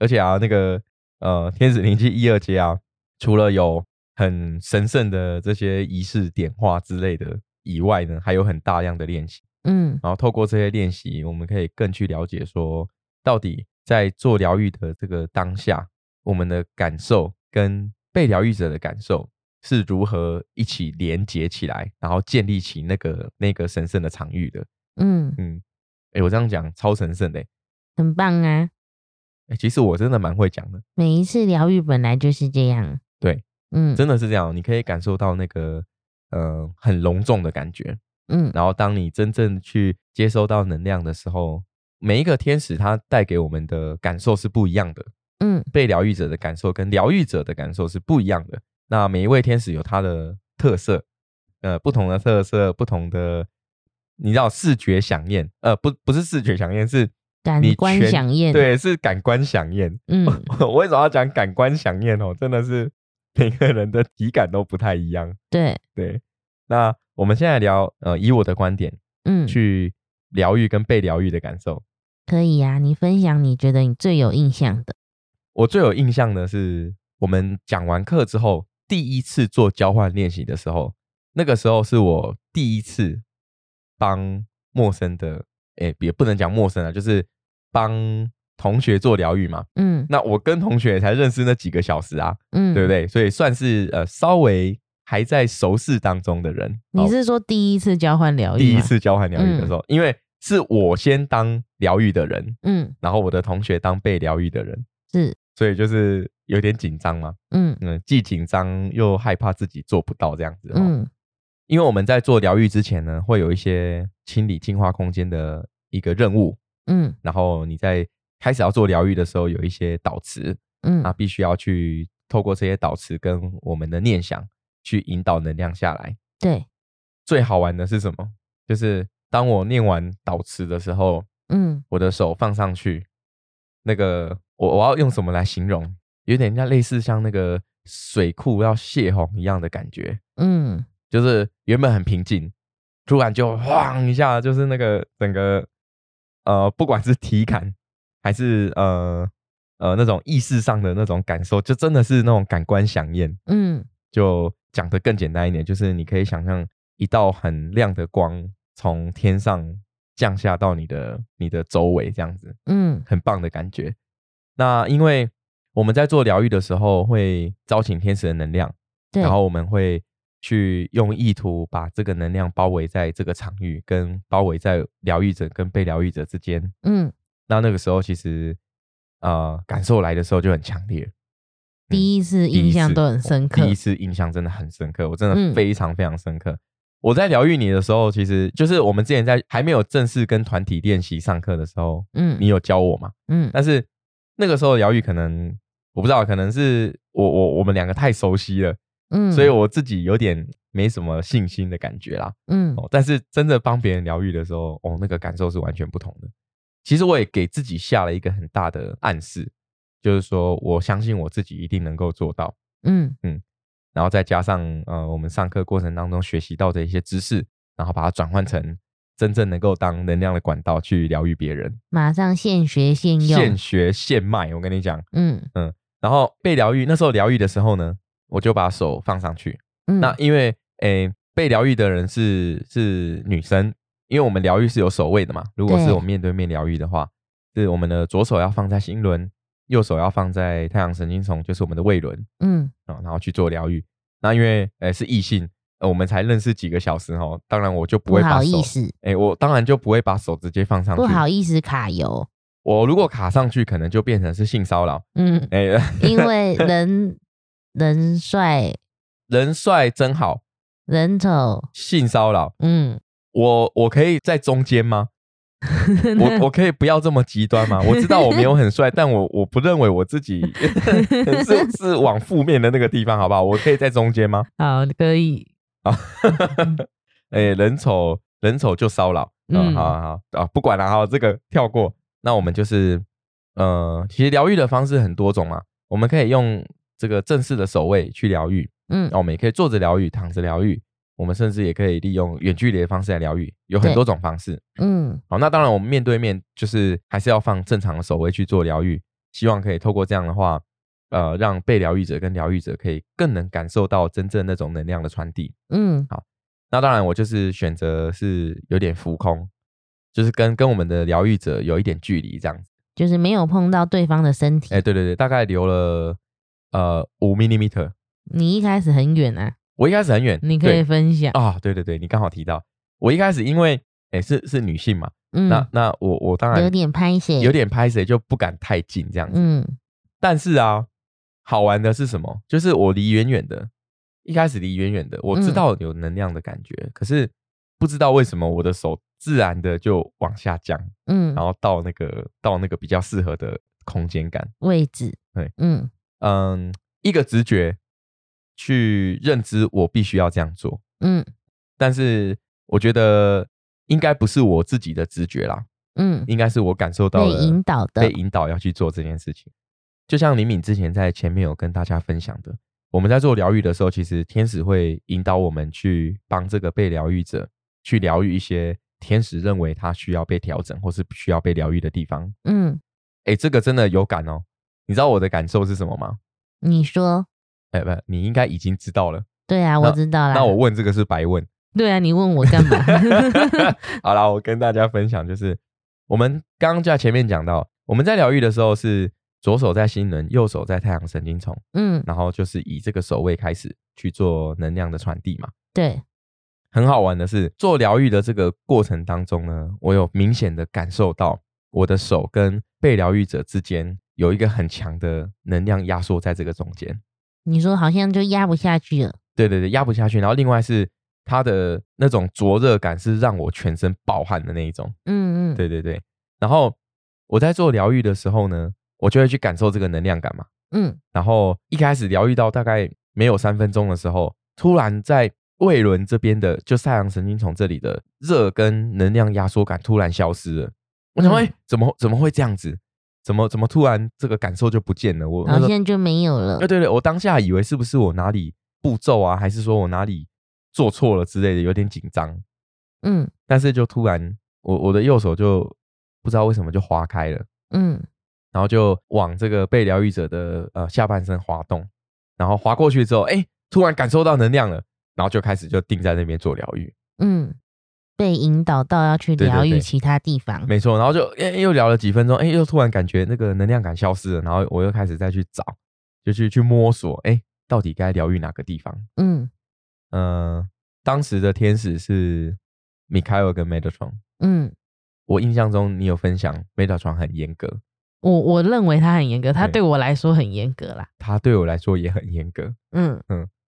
[SPEAKER 1] 而且啊，那个呃，天使灵气一二街啊，除了有很神圣的这些仪式、点化之类的以外呢，还有很大量的练习。
[SPEAKER 2] 嗯
[SPEAKER 1] 然后透过这些练习，我们可以更去了解说，到底在做疗愈的这个当下，我们的感受跟被疗愈者的感受是如何一起连接起来，然后建立起那个那个神圣的场域的。
[SPEAKER 2] 嗯，
[SPEAKER 1] 嗯，诶，我这样讲超神圣的、诶
[SPEAKER 2] 很棒啊！
[SPEAKER 1] 诶其实我真的蛮会讲的。
[SPEAKER 2] 每一次疗愈本来就是这样，
[SPEAKER 1] 对，
[SPEAKER 2] 嗯
[SPEAKER 1] 真的是这样，你可以感受到那个呃很隆重的感觉。
[SPEAKER 2] 嗯
[SPEAKER 1] 然后当你真正去接收到能量的时候，每一个天使他带给我们的感受是不一样的，
[SPEAKER 2] 嗯
[SPEAKER 1] 被疗愈者的感受跟疗愈者的感受是不一样的。那每一位天使有他的特色，呃，不同的特色，不同的，你知道视觉响应，呃，不不是视觉响应，是
[SPEAKER 2] 感
[SPEAKER 1] 你
[SPEAKER 2] 官
[SPEAKER 1] 全
[SPEAKER 2] 响应
[SPEAKER 1] 对，是感官响应。
[SPEAKER 2] 嗯
[SPEAKER 1] 我为什么要讲感官响应哦？真的是每个人的体感都不太一样。
[SPEAKER 2] 对
[SPEAKER 1] 对，那我们现在聊，呃，以我的观点
[SPEAKER 2] 嗯
[SPEAKER 1] 去疗愈跟被疗愈的感受。
[SPEAKER 2] 可以啊，你分享你觉得你最有印象的，
[SPEAKER 1] 我最有印象的是，我们讲完课之后，第一次做交换练习的时候，那个时候是我第一次帮陌生的，诶，也不能讲陌生啊，就是帮同学做疗愈嘛。
[SPEAKER 2] 嗯
[SPEAKER 1] 那我跟同学才认识那几个小时啊，
[SPEAKER 2] 嗯，
[SPEAKER 1] 对不？对？所以算是呃稍微还在熟识当中的人。
[SPEAKER 2] 你
[SPEAKER 1] 哦
[SPEAKER 2] 是嗯说第一次交换疗愈？
[SPEAKER 1] 第一，次交换疗愈的时候，因为是我先当疗愈的人，
[SPEAKER 2] 嗯
[SPEAKER 1] 然后我的同学当被疗愈的人，
[SPEAKER 2] 是，
[SPEAKER 1] 所以就是有点紧张嘛，
[SPEAKER 2] 嗯
[SPEAKER 1] 嗯，既紧张又害怕自己做不到这样子、哦。
[SPEAKER 2] 嗯
[SPEAKER 1] 因为我们在做疗愈之前呢，会有一些清理净化空间的一个任务，
[SPEAKER 2] 嗯
[SPEAKER 1] 然后你在开始要做疗愈的时候，有一些导词，
[SPEAKER 2] 嗯
[SPEAKER 1] 那必须要去透过这些导词跟我们的念想去引导能量下来。
[SPEAKER 2] 对，
[SPEAKER 1] 最好玩的是什么？就是当我念完导词的时候，
[SPEAKER 2] 嗯
[SPEAKER 1] 我的手放上去，那个我我要用什么来形容？有点像类似像那个水库要泄洪一样的感觉，
[SPEAKER 2] 嗯
[SPEAKER 1] 就是原本很平静，突然就晃一下，就是那个整个呃，不管是体感还是呃呃那种意识上的那种感受，就真的是那种感官响应。
[SPEAKER 2] 嗯
[SPEAKER 1] 就讲的更简单一点，就是你可以想象一道很亮的光从天上降下到你的你的周围，这样子
[SPEAKER 2] 嗯
[SPEAKER 1] 很棒的感觉。那因为我们在做疗愈的时候会招请天使的能量，
[SPEAKER 2] 对，
[SPEAKER 1] 然后我们会去用意图把这个能量包围在这个场域，跟包围在疗愈者跟被疗愈者之间。
[SPEAKER 2] 嗯
[SPEAKER 1] 那那个时候其实呃感受来的时候就很强烈，
[SPEAKER 2] 第一次
[SPEAKER 1] 嗯第一
[SPEAKER 2] 印象
[SPEAKER 1] 次哦
[SPEAKER 2] 都很深刻
[SPEAKER 1] 第，一次印象真的很深刻，我真
[SPEAKER 2] 嗯
[SPEAKER 1] 的非常非常深刻。我在疗愈你的时候，其实就是我们之前在还没有正式跟团体练习上课的时候，
[SPEAKER 2] 嗯
[SPEAKER 1] 你有教我嘛？
[SPEAKER 2] 嗯
[SPEAKER 1] 但是那个时候疗愈可能我不知道，可能是我我我们两个太熟悉了，
[SPEAKER 2] 嗯，
[SPEAKER 1] 所以我自己有点没什么信心的感觉啦。
[SPEAKER 2] 嗯
[SPEAKER 1] 哦，但是真的帮别人疗愈的时候，哦，那个感受是完全不同的。其实我也给自己下了一个很大的暗示，就是说我相信我自己一定能够做到。
[SPEAKER 2] 嗯
[SPEAKER 1] 然后再加上呃我们上课过程当中学习到的一些知识，然后把它转换成真正能够当能量的管道去疗愈别人，
[SPEAKER 2] 马上现学现用，
[SPEAKER 1] 现学现卖。我跟你讲，
[SPEAKER 2] 嗯
[SPEAKER 1] 然后被疗愈那时候疗愈的时候呢，我就把手放上去。
[SPEAKER 2] 嗯
[SPEAKER 1] 那因为诶被疗愈的人是是女生，因为我们疗愈是有手位的嘛，如果是
[SPEAKER 2] 对
[SPEAKER 1] 我们面对面疗愈的话，是我们的左手要放在心轮，右手要放在太阳神经丛，就是我们的胃轮
[SPEAKER 2] 嗯，
[SPEAKER 1] 啊、然后去做疗愈。那因为呃是异性、呃，我们才认识几个小时哦，当然我就不
[SPEAKER 2] 不
[SPEAKER 1] 会把
[SPEAKER 2] 好
[SPEAKER 1] 手
[SPEAKER 2] 意，思，
[SPEAKER 1] 哎、我当然就不会把手直接放上去。
[SPEAKER 2] 不好意思卡油，
[SPEAKER 1] 我如果卡上去，可能就变成是性骚扰。
[SPEAKER 2] 嗯，
[SPEAKER 1] 哎、
[SPEAKER 2] 因为人人帅
[SPEAKER 1] 人帅真好，
[SPEAKER 2] 人丑，
[SPEAKER 1] 性骚扰，
[SPEAKER 2] 嗯，
[SPEAKER 1] 我我可以在中间 吗？我我可以不要这么极端吗？我知道我没有很帅，但我我不认为我自 己是是往负面的那个地方，好不好？我可以在中间吗？
[SPEAKER 2] 好可以，
[SPEAKER 1] 哎、人丑人丑就骚扰，嗯，
[SPEAKER 2] 嗯
[SPEAKER 1] 好好好啊，不管了，好，这个跳过。那我们就是，呃，其实疗愈的方式很多种嘛，我们可以用这个正式的手位去疗愈，
[SPEAKER 2] 嗯
[SPEAKER 1] 那我们也可以坐着疗愈，躺着疗愈，我们甚至也可以利用远距离的方式来疗愈，有很
[SPEAKER 2] 对
[SPEAKER 1] 多种方式。
[SPEAKER 2] 嗯
[SPEAKER 1] 好，那当然我们面对面就是还是要放正常的手位去做疗愈，希望可以透过这样的话，呃，让被疗愈者跟疗愈者可以更能感受到真正那种能量的传递。
[SPEAKER 2] 嗯
[SPEAKER 1] 那当然，我就是选择是有点浮空，就是跟跟我们的疗愈者有一点距离这样子。
[SPEAKER 2] 就是没有碰到对方的身体
[SPEAKER 1] 哎、，对对对，大概留了呃五 m i l i m e t e r
[SPEAKER 2] 你一开始很远啊，
[SPEAKER 1] 我一开始很远，
[SPEAKER 2] 你可
[SPEAKER 1] 对
[SPEAKER 2] 以分享，
[SPEAKER 1] 啊、对对对，你刚好提到，我一开始因为哎、是是女性嘛，那
[SPEAKER 2] 嗯，
[SPEAKER 1] 那我我当然
[SPEAKER 2] 有点拍写，
[SPEAKER 1] 有，点拍谁就不敢太近这样子。
[SPEAKER 2] 嗯
[SPEAKER 1] 但是啊，好玩的是什么？就是我离远远的，一开始离远远的，我知
[SPEAKER 2] 嗯
[SPEAKER 1] 道有能量的感觉，可是不知道为什么我的手自然的就往下降，
[SPEAKER 2] 嗯
[SPEAKER 1] 然，后到那个到那个比较适合的空间感。
[SPEAKER 2] 位置，
[SPEAKER 1] 对，
[SPEAKER 2] 嗯
[SPEAKER 1] 嗯，一个直觉去认知我必须要这样做，
[SPEAKER 2] 嗯
[SPEAKER 1] 但是我觉得应该不是我自己的直觉啦，
[SPEAKER 2] 嗯，
[SPEAKER 1] 应该是我感受到
[SPEAKER 2] 被
[SPEAKER 1] 了
[SPEAKER 2] 引导的
[SPEAKER 1] 被，引导要去做这件事情。就像李敏之前在前面有跟大家分享的，我们在做疗愈的时候，其实天使会引导我们去帮这个被疗愈者去疗愈一些天使认为他需要被调整或是需要被疗愈的地方。
[SPEAKER 2] 嗯，
[SPEAKER 1] 哎，这个真的有感哦。你知道我的感受是什么吗？
[SPEAKER 2] 你说，
[SPEAKER 1] 哎，不，你应该已经知道了。
[SPEAKER 2] 对啊，
[SPEAKER 1] 那
[SPEAKER 2] 我知道啦，
[SPEAKER 1] 那我问这个是白问。
[SPEAKER 2] 对啊，你问我干嘛？
[SPEAKER 1] 好啦，我跟大家分享，就是我们刚刚就在前面讲到，我们在疗愈的时候是左手在心轮，右手在太阳神经丛，
[SPEAKER 2] 嗯，
[SPEAKER 1] 然后就是以这个手位开始去做能量的传递嘛。
[SPEAKER 2] 对，
[SPEAKER 1] 很好玩的是，做疗愈的这个过程当中呢，我有明显的感受到我的手跟被疗愈者之间有一个很强的能量压缩在这个中间。
[SPEAKER 2] 你说好像就压不下去了，
[SPEAKER 1] 对对对，压不下去。然后另外是它的那种灼热感是让我全身暴汗的那一种。
[SPEAKER 2] 嗯嗯，
[SPEAKER 1] 对对对。然后我在做疗愈的时候呢，我就会去感受这个能量感嘛。
[SPEAKER 2] 嗯
[SPEAKER 1] 然后一开始疗愈到大概没有三分钟的时候，突然在胃轮这边的，就太阳神经丛这里的热跟能量压缩感突然消失了。我想说，哎、
[SPEAKER 2] 嗯
[SPEAKER 1] 怎么怎么会这样子？怎么怎么突然这个感受就不见了？我那
[SPEAKER 2] 好
[SPEAKER 1] 时候，哎
[SPEAKER 2] 像就没有了
[SPEAKER 1] 对，对对，我当下以为是不是我哪里步骤啊，还是说我哪里做错了之类的，有点紧张。
[SPEAKER 2] 嗯
[SPEAKER 1] 但是就突然，我我的右手就不知道为什么就划开了。
[SPEAKER 2] 嗯
[SPEAKER 1] 然后就往这个被疗愈者的呃下半身滑动，然后滑过去之后，哎，突然感受到能量了，然后就开始就定在那边做疗愈，
[SPEAKER 2] 嗯，被引导到要去
[SPEAKER 1] 对对
[SPEAKER 2] 疗
[SPEAKER 1] 对
[SPEAKER 2] 愈其他地方，
[SPEAKER 1] 没错，然后就哎又聊了几分钟，哎，又突然感觉那个能量感消失了，然后我又开始再去找，就去去摸索，哎，到底该疗愈哪个地方？
[SPEAKER 2] 嗯
[SPEAKER 1] 呃，当时的天使是米开尔跟 Metatron，
[SPEAKER 2] 嗯，
[SPEAKER 1] 我印象中你有分享 Metatron 很严格，
[SPEAKER 2] 我我认为他很严格，他
[SPEAKER 1] 对
[SPEAKER 2] 对我来说很严格啦，
[SPEAKER 1] 他对我来说也很严格，
[SPEAKER 2] 嗯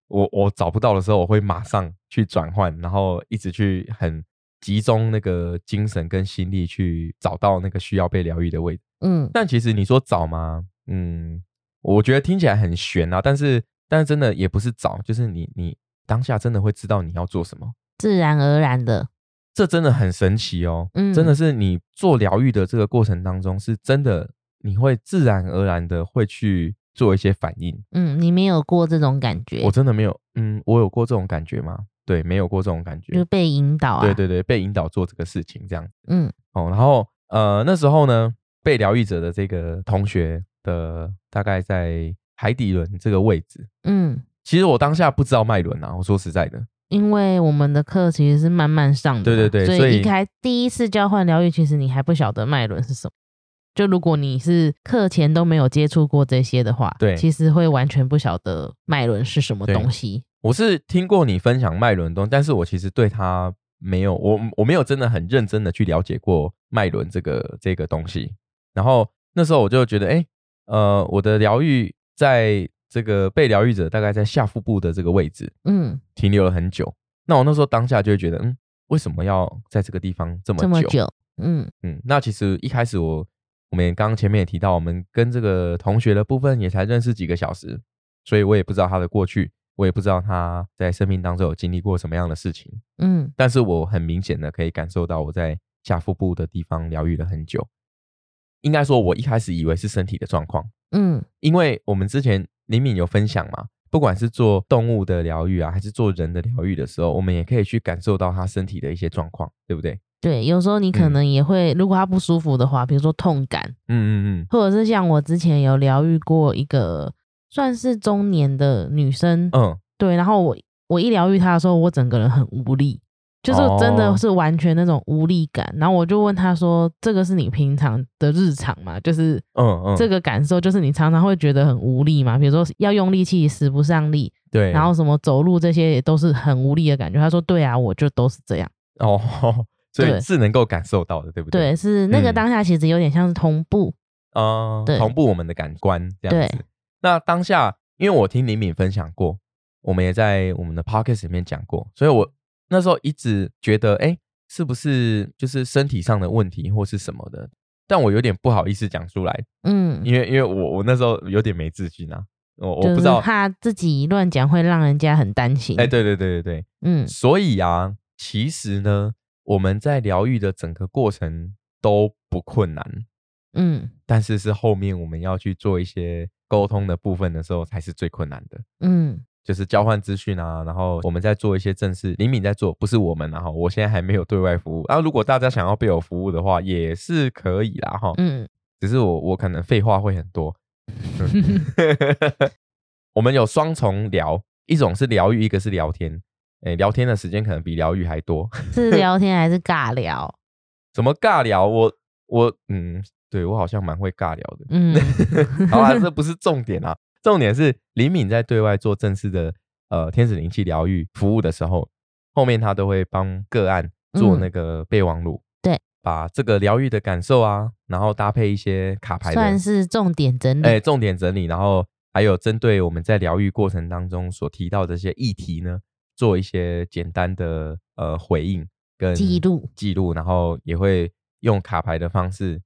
[SPEAKER 1] 我我找不到的时候，我会马上去转换，然后一直去很集中那个精神跟心力去找到那个需要被疗愈的位置。
[SPEAKER 2] 嗯
[SPEAKER 1] 但其实你说找吗？嗯，我觉得听起来很悬啊，但是但是真的也不是找，就是你你当下真的会知道你要做什么，
[SPEAKER 2] 自然而然的，
[SPEAKER 1] 这真的很神奇哦。
[SPEAKER 2] 嗯
[SPEAKER 1] 真的是你做疗愈的这个过程当中，是真的你会自然而然的会去做一些反应。
[SPEAKER 2] 嗯，你没有过这种感觉
[SPEAKER 1] 我，真的没有，嗯，我有过这种感觉吗？对，没有过这种感觉。
[SPEAKER 2] 就被引导啊，
[SPEAKER 1] 对，对对，被引导做这个事情这样
[SPEAKER 2] 嗯
[SPEAKER 1] 哦。然后呃，那时候呢，被疗愈者的这个同学的大概在海底轮这个位置，
[SPEAKER 2] 嗯，
[SPEAKER 1] 其实我当下不知道脉轮啊，我说实在的，
[SPEAKER 2] 因为我们的课其实是慢慢上的嘛，
[SPEAKER 1] 对对对
[SPEAKER 2] 所
[SPEAKER 1] 所
[SPEAKER 2] 以
[SPEAKER 1] 以
[SPEAKER 2] 一开第一次交换疗愈，其实你还不晓得脉轮是什么。就如果你是课前都没有接触过这些的话，
[SPEAKER 1] 对
[SPEAKER 2] 其实会完全不晓得脉轮是什么
[SPEAKER 1] 对
[SPEAKER 2] 东西。
[SPEAKER 1] 我是听过你分享脉轮东，但是我其实对它没有，我我没有真的很认真的去了解过脉轮这个这个东西。然后那时候我就觉得，哎，呃，我的疗愈在这个被疗愈者大概在下腹部的这个位置
[SPEAKER 2] 嗯，
[SPEAKER 1] 停留了很久。那我那时候当下就会觉得，嗯，为什么要在这个地方这么
[SPEAKER 2] 这么久，嗯，
[SPEAKER 1] 嗯，那其实一开始我我们也刚刚前面也提到，我们跟这个同学的部分也才认识几个小时，所以我也不知道他的过去，我也不知道他在生命当中有经历过什么样的事情。
[SPEAKER 2] 嗯，
[SPEAKER 1] 但是我很明显的可以感受到，我在下腹部的地方疗愈了很久。应该说，我一开始以为是身体的状况，
[SPEAKER 2] 嗯，
[SPEAKER 1] 因为我们之前李敏有分享嘛，不管是做动物的疗愈啊，还是做人的疗愈的时候，我们也可以去感受到他身体的一些状况，对不对？
[SPEAKER 2] 对，有时候你可
[SPEAKER 1] 嗯
[SPEAKER 2] 能也会，如果他不舒服的话，比如说痛感，
[SPEAKER 1] 嗯嗯嗯。
[SPEAKER 2] 或者是像我之前有疗愈过一个算是中年的女生，
[SPEAKER 1] 嗯，
[SPEAKER 2] 对，然后我我一疗愈她的时候，我整个人很无力，就是真的
[SPEAKER 1] 哦
[SPEAKER 2] 是完全那种无力感。然后我就问她说：“这个是你平常的日常吗？就是
[SPEAKER 1] 嗯嗯，
[SPEAKER 2] 这个感受，就是你常常会觉得很无力嘛？比如说要用力气使不上力，
[SPEAKER 1] 对，
[SPEAKER 2] 然后什么走路这些也都是很无力的感觉。”她说：“对啊，我就都是这样。
[SPEAKER 1] 哦， 所
[SPEAKER 2] 对
[SPEAKER 1] 以是能够感受到的，对不”对？
[SPEAKER 2] 对，是那个
[SPEAKER 1] 嗯
[SPEAKER 2] 当下其实有点像是同步，
[SPEAKER 1] 啊、
[SPEAKER 2] 对
[SPEAKER 1] 同步我们的感官这样
[SPEAKER 2] 对
[SPEAKER 1] 子。那当下，因为我听李敏分享过，我们也在我们的 podcast 里面讲过，所以我那时候一直觉得，哎，是不是就是身体上的问题或是什么的？但我有点不好意思讲出来，
[SPEAKER 2] 嗯，
[SPEAKER 1] 因为因为我我那时候有点没自信啊，我我
[SPEAKER 2] 就
[SPEAKER 1] 不
[SPEAKER 2] 是
[SPEAKER 1] 知道，
[SPEAKER 2] 怕自己乱讲会让人家很担心。
[SPEAKER 1] 哎，对对对对对，
[SPEAKER 2] 嗯，
[SPEAKER 1] 所以啊，其实呢，我们在疗愈的整个过程都不困难，
[SPEAKER 2] 嗯
[SPEAKER 1] 但是是后面我们要去做一些沟通的部分的时候才是最困难的，
[SPEAKER 2] 嗯
[SPEAKER 1] 就是交换资讯啊，然后我们在做一些正事，李敏在做，不是我们啊，然后我现在还没有对外服务，然、啊、后如果大家想要被我服务的话，也是可以啦哈，
[SPEAKER 2] 嗯
[SPEAKER 1] 只是我我可能废话会很多。嗯 我们有双重聊，一种是疗愈，一个是聊天。哎、聊天的时间可能比疗愈还多。
[SPEAKER 2] 是聊天还是尬聊？
[SPEAKER 1] 怎么尬聊？我我嗯，对我好像蛮会尬聊 的。
[SPEAKER 2] 嗯
[SPEAKER 1] 好啊，这不是重点啊，重点是李敏在对外做正式的呃天使灵气疗愈服务的时候，后面他都会帮个案做
[SPEAKER 2] 嗯
[SPEAKER 1] 那个备忘录，
[SPEAKER 2] 对，
[SPEAKER 1] 把这个疗愈的感受啊，然后搭配一些卡牌的，
[SPEAKER 2] 算是重点整理。
[SPEAKER 1] 哎、重点整理，然后还有针对我们在疗愈过程当中所提到的这些议题呢，做一些简单的呃回应跟
[SPEAKER 2] 记录
[SPEAKER 1] 记录，然后也会用卡牌的方式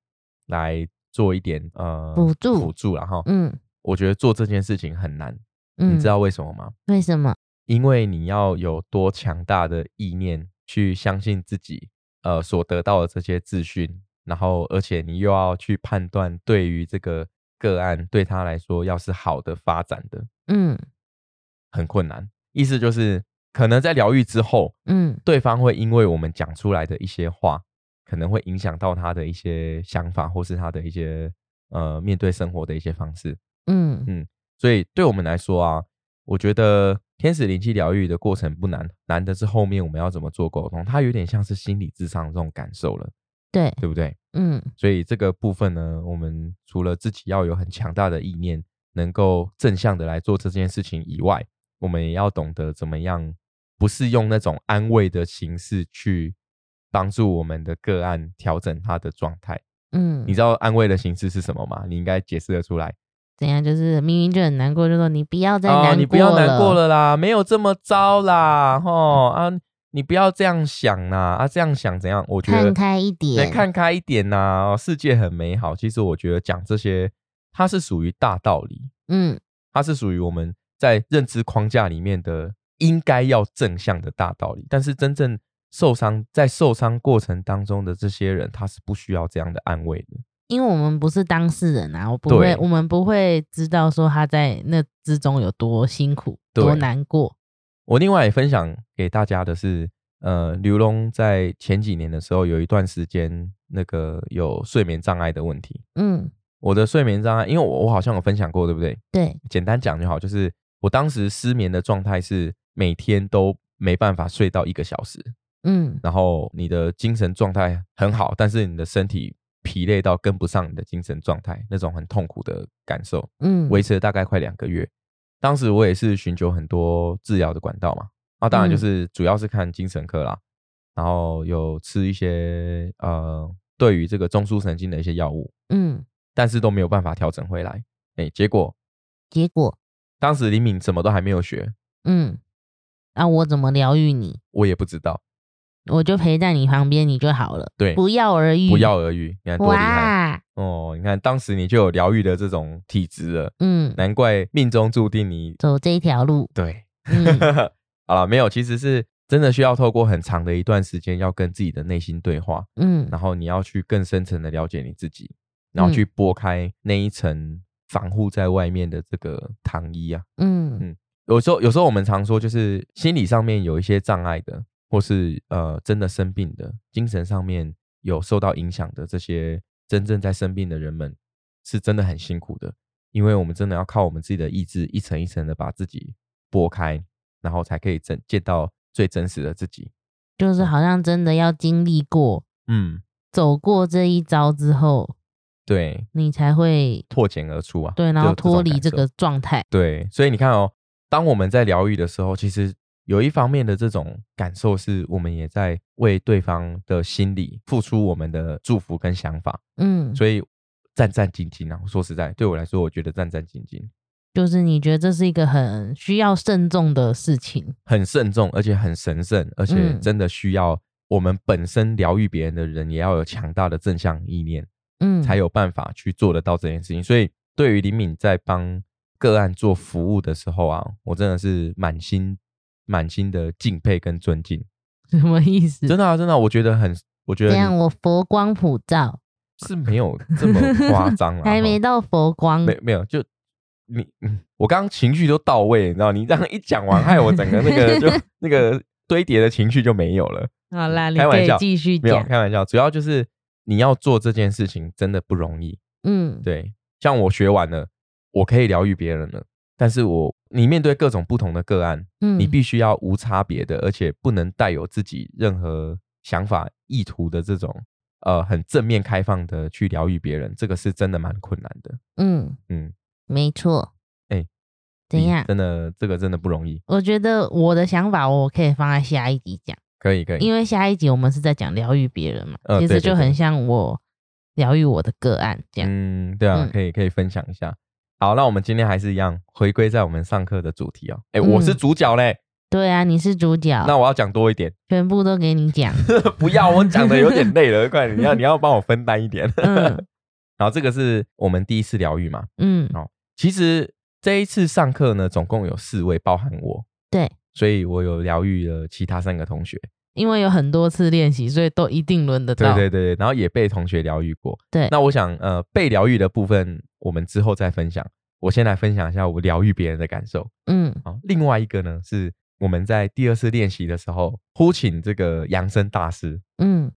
[SPEAKER 1] 来做一点呃
[SPEAKER 2] 辅助
[SPEAKER 1] 辅助，然后
[SPEAKER 2] 嗯
[SPEAKER 1] 我觉得做这件事情很难，
[SPEAKER 2] 嗯，
[SPEAKER 1] 你知道为什么吗？
[SPEAKER 2] 为什么？
[SPEAKER 1] 因为你要有多强大的意念去相信自己，呃，所得到的这些资讯，然后而且你又要去判断对于这个个案对他来说要是好的发展的，
[SPEAKER 2] 嗯
[SPEAKER 1] 很困难。意思就是，可能在疗愈之后，
[SPEAKER 2] 嗯
[SPEAKER 1] 对方会因为我们讲出来的一些话，可能会影响到他的一些想法，或是他的一些呃面对生活的一些方式。
[SPEAKER 2] 嗯
[SPEAKER 1] 嗯所以对我们来说啊，我觉得天使灵气疗愈的过程不难，难的是后面我们要怎么做沟通，它有点像是心理智商这种感受了，
[SPEAKER 2] 对，
[SPEAKER 1] 对不对？
[SPEAKER 2] 嗯
[SPEAKER 1] 所以这个部分呢，我们除了自己要有很强大的意念，能够正向的来做这件事情以外，我们也要懂得怎么样，不是用那种安慰的形式去帮助我们的个案调整他的状态。
[SPEAKER 2] 嗯，
[SPEAKER 1] 你知道安慰的形式是什么吗？你应该解释得出来。
[SPEAKER 2] 怎样？就是明明就很难过，就说你不要再
[SPEAKER 1] 哦，
[SPEAKER 2] 难
[SPEAKER 1] 你不要难过。了啦，没有这么糟啦，吼啊，你不要这样想啦，啊，这样想怎样？我觉得
[SPEAKER 2] 看开一
[SPEAKER 1] 能
[SPEAKER 2] 点，
[SPEAKER 1] 看开一点呐、哦世界很美好。其实我觉得讲这些，它是属于大道理，
[SPEAKER 2] 嗯
[SPEAKER 1] 它是属于我们在认知框架里面的应该要正向的大道理。但是真正受伤在受伤过程当中的这些人，他是不需要这样的安慰的。
[SPEAKER 2] 因为我们不是当事人啊，我不
[SPEAKER 1] 对
[SPEAKER 2] 会，我们不会知道说他在那之中有多辛苦、
[SPEAKER 1] 对
[SPEAKER 2] 多难过。
[SPEAKER 1] 我另外也分享给大家的是，呃，刘龙在前几年的时候有一段时间，那个有睡眠障碍的问题。
[SPEAKER 2] 嗯，
[SPEAKER 1] 我的睡眠障碍，因为我我好像有分享过，对不对？
[SPEAKER 2] 对，
[SPEAKER 1] 简单讲就好，就是我当时失眠的状态是每天都没办法睡到一个小时，
[SPEAKER 2] 嗯，
[SPEAKER 1] 然后你的精神状态很好，但是你的身体疲累到跟不上你的精神状态，那种很痛苦的感受，
[SPEAKER 2] 嗯，
[SPEAKER 1] 维持了大概快两个月。当时我也是寻求很多治疗的管道嘛，啊，当然就
[SPEAKER 2] 嗯
[SPEAKER 1] 是主要是看精神科啦，然后有吃一些呃对于这个中枢神经的一些药物，
[SPEAKER 2] 嗯，
[SPEAKER 1] 但是都没有办法调整回来。哎，结果
[SPEAKER 2] 结果，
[SPEAKER 1] 当时李敏什么都还没有学，
[SPEAKER 2] 嗯，啊，我怎么疗愈你？
[SPEAKER 1] 我也不知道，
[SPEAKER 2] 我就陪在你旁边，你就好了，
[SPEAKER 1] 对，
[SPEAKER 2] 不药而愈，
[SPEAKER 1] 不药而愈，你看多厉害
[SPEAKER 2] 哇，
[SPEAKER 1] 哦！你看当时你就有疗愈的这种体质了，
[SPEAKER 2] 嗯，
[SPEAKER 1] 难怪命中注定你
[SPEAKER 2] 走这一条路，
[SPEAKER 1] 对。
[SPEAKER 2] 嗯
[SPEAKER 1] 好了，没有，其实是真的需要透过很长的一段时间，要跟自己的内心对话，
[SPEAKER 2] 嗯
[SPEAKER 1] 然后你要去更深层的了解你自己，然后去剥开那一层防护在外面的这个糖衣啊。
[SPEAKER 2] 嗯
[SPEAKER 1] 嗯有时候，有时候我们常说，就是心理上面有一些障碍的，或是呃真的生病的，精神上面有受到影响的这些真正在生病的人们，是真的很辛苦的，因为我们真的要靠我们自己的意志，一层一层的把自己剥开，然后才可以真见到最真实的自己。
[SPEAKER 2] 就是好像真的要经历过、
[SPEAKER 1] 嗯，
[SPEAKER 2] 走过这一遭之后，
[SPEAKER 1] 对，
[SPEAKER 2] 你才会
[SPEAKER 1] 破茧而出啊，
[SPEAKER 2] 对，然
[SPEAKER 1] 就
[SPEAKER 2] 后
[SPEAKER 1] 有种
[SPEAKER 2] 脱离
[SPEAKER 1] 感
[SPEAKER 2] 这
[SPEAKER 1] 受
[SPEAKER 2] 个状态，
[SPEAKER 1] 对，所以你看哦，当我们在疗愈的时候，其实有一方面的这种感受是，我们也在为对方的心理付出我们的祝福跟想法，
[SPEAKER 2] 嗯，
[SPEAKER 1] 所以战战兢兢啊。说实在，对我来说，我觉得战战兢兢，
[SPEAKER 2] 就是你觉得这是一个很需要慎重的事情，
[SPEAKER 1] 很慎重，而且很神圣，而且
[SPEAKER 2] 嗯
[SPEAKER 1] 真的需要我们本身疗愈别人的人，也要有强大的正向意念，
[SPEAKER 2] 嗯，
[SPEAKER 1] 才有办法去做得到这件事情。所以，对于李敏在帮个案做服务的时候啊，我真的是满心满心的敬佩跟尊敬。
[SPEAKER 2] 什么意思？
[SPEAKER 1] 真的啊，真的啊、我觉得很，我觉
[SPEAKER 2] 这
[SPEAKER 1] 得
[SPEAKER 2] 样
[SPEAKER 1] 你
[SPEAKER 2] 我佛光普照，
[SPEAKER 1] 是没有这么夸张了，
[SPEAKER 2] 还没
[SPEAKER 1] 哈
[SPEAKER 2] 到佛光，
[SPEAKER 1] 没没有就。你嗯我刚刚情绪都到位，你知道？你这样一讲完，害我整个那个 就那个堆叠的情绪就没有了。
[SPEAKER 2] 好啦，你
[SPEAKER 1] 嗯开玩
[SPEAKER 2] 可以
[SPEAKER 1] 笑
[SPEAKER 2] 继续
[SPEAKER 1] 没有
[SPEAKER 2] 讲，
[SPEAKER 1] 开玩笑，主要就是你要做这件事情真的不容易。
[SPEAKER 2] 嗯，
[SPEAKER 1] 对，像我学完了，我可以疗愈别人了，但是我你面对各种不同的个案，
[SPEAKER 2] 嗯，
[SPEAKER 1] 你必须要无差别的，而且不能带有自己任何想法、意图的这种呃很正面开放的去疗愈别人，这个是真的蛮困难的。
[SPEAKER 2] 嗯，
[SPEAKER 1] 嗯，
[SPEAKER 2] 没错，
[SPEAKER 1] 哎
[SPEAKER 2] 怎
[SPEAKER 1] 你
[SPEAKER 2] 样？
[SPEAKER 1] 真的这个真的不容易。
[SPEAKER 2] 我觉得我的想法我可以放在下一集讲，
[SPEAKER 1] 可以可以，
[SPEAKER 2] 因为下一集我们是在讲疗愈别人嘛，
[SPEAKER 1] 呃
[SPEAKER 2] 其实
[SPEAKER 1] 对对
[SPEAKER 2] 就
[SPEAKER 1] 对
[SPEAKER 2] 很像我疗愈我的个案这样。
[SPEAKER 1] 嗯，对啊，
[SPEAKER 2] 嗯
[SPEAKER 1] 可以可以分享一下。好，那我们今天还是一样回归在我们上课的主题哦。哎，我是
[SPEAKER 2] 嗯
[SPEAKER 1] 主角嘞，
[SPEAKER 2] 对啊，你是主角，
[SPEAKER 1] 那我要讲多一点。
[SPEAKER 2] 全部都给你讲。
[SPEAKER 1] 不要，我讲的有点累了， 快点，你要你要帮我分担一点。
[SPEAKER 2] 嗯
[SPEAKER 1] 然后这个是我们第一次疗愈嘛，
[SPEAKER 2] 嗯，
[SPEAKER 1] 其实这一次上课呢，总共有四位，包含我，
[SPEAKER 2] 对，
[SPEAKER 1] 所以我有疗愈了其他三个同学，
[SPEAKER 2] 因为有很多次练习，所以都一定轮得
[SPEAKER 1] 对
[SPEAKER 2] 到。
[SPEAKER 1] 对对对，然后也被同学疗愈过。
[SPEAKER 2] 对
[SPEAKER 1] 那我想呃，被疗愈的部分我们之后再分享，我先来分享一下我疗愈别人的感受。
[SPEAKER 2] 嗯
[SPEAKER 1] 好，另外一个呢是我们在第二次练习的时候呼请这个扬声大师，
[SPEAKER 2] 嗯，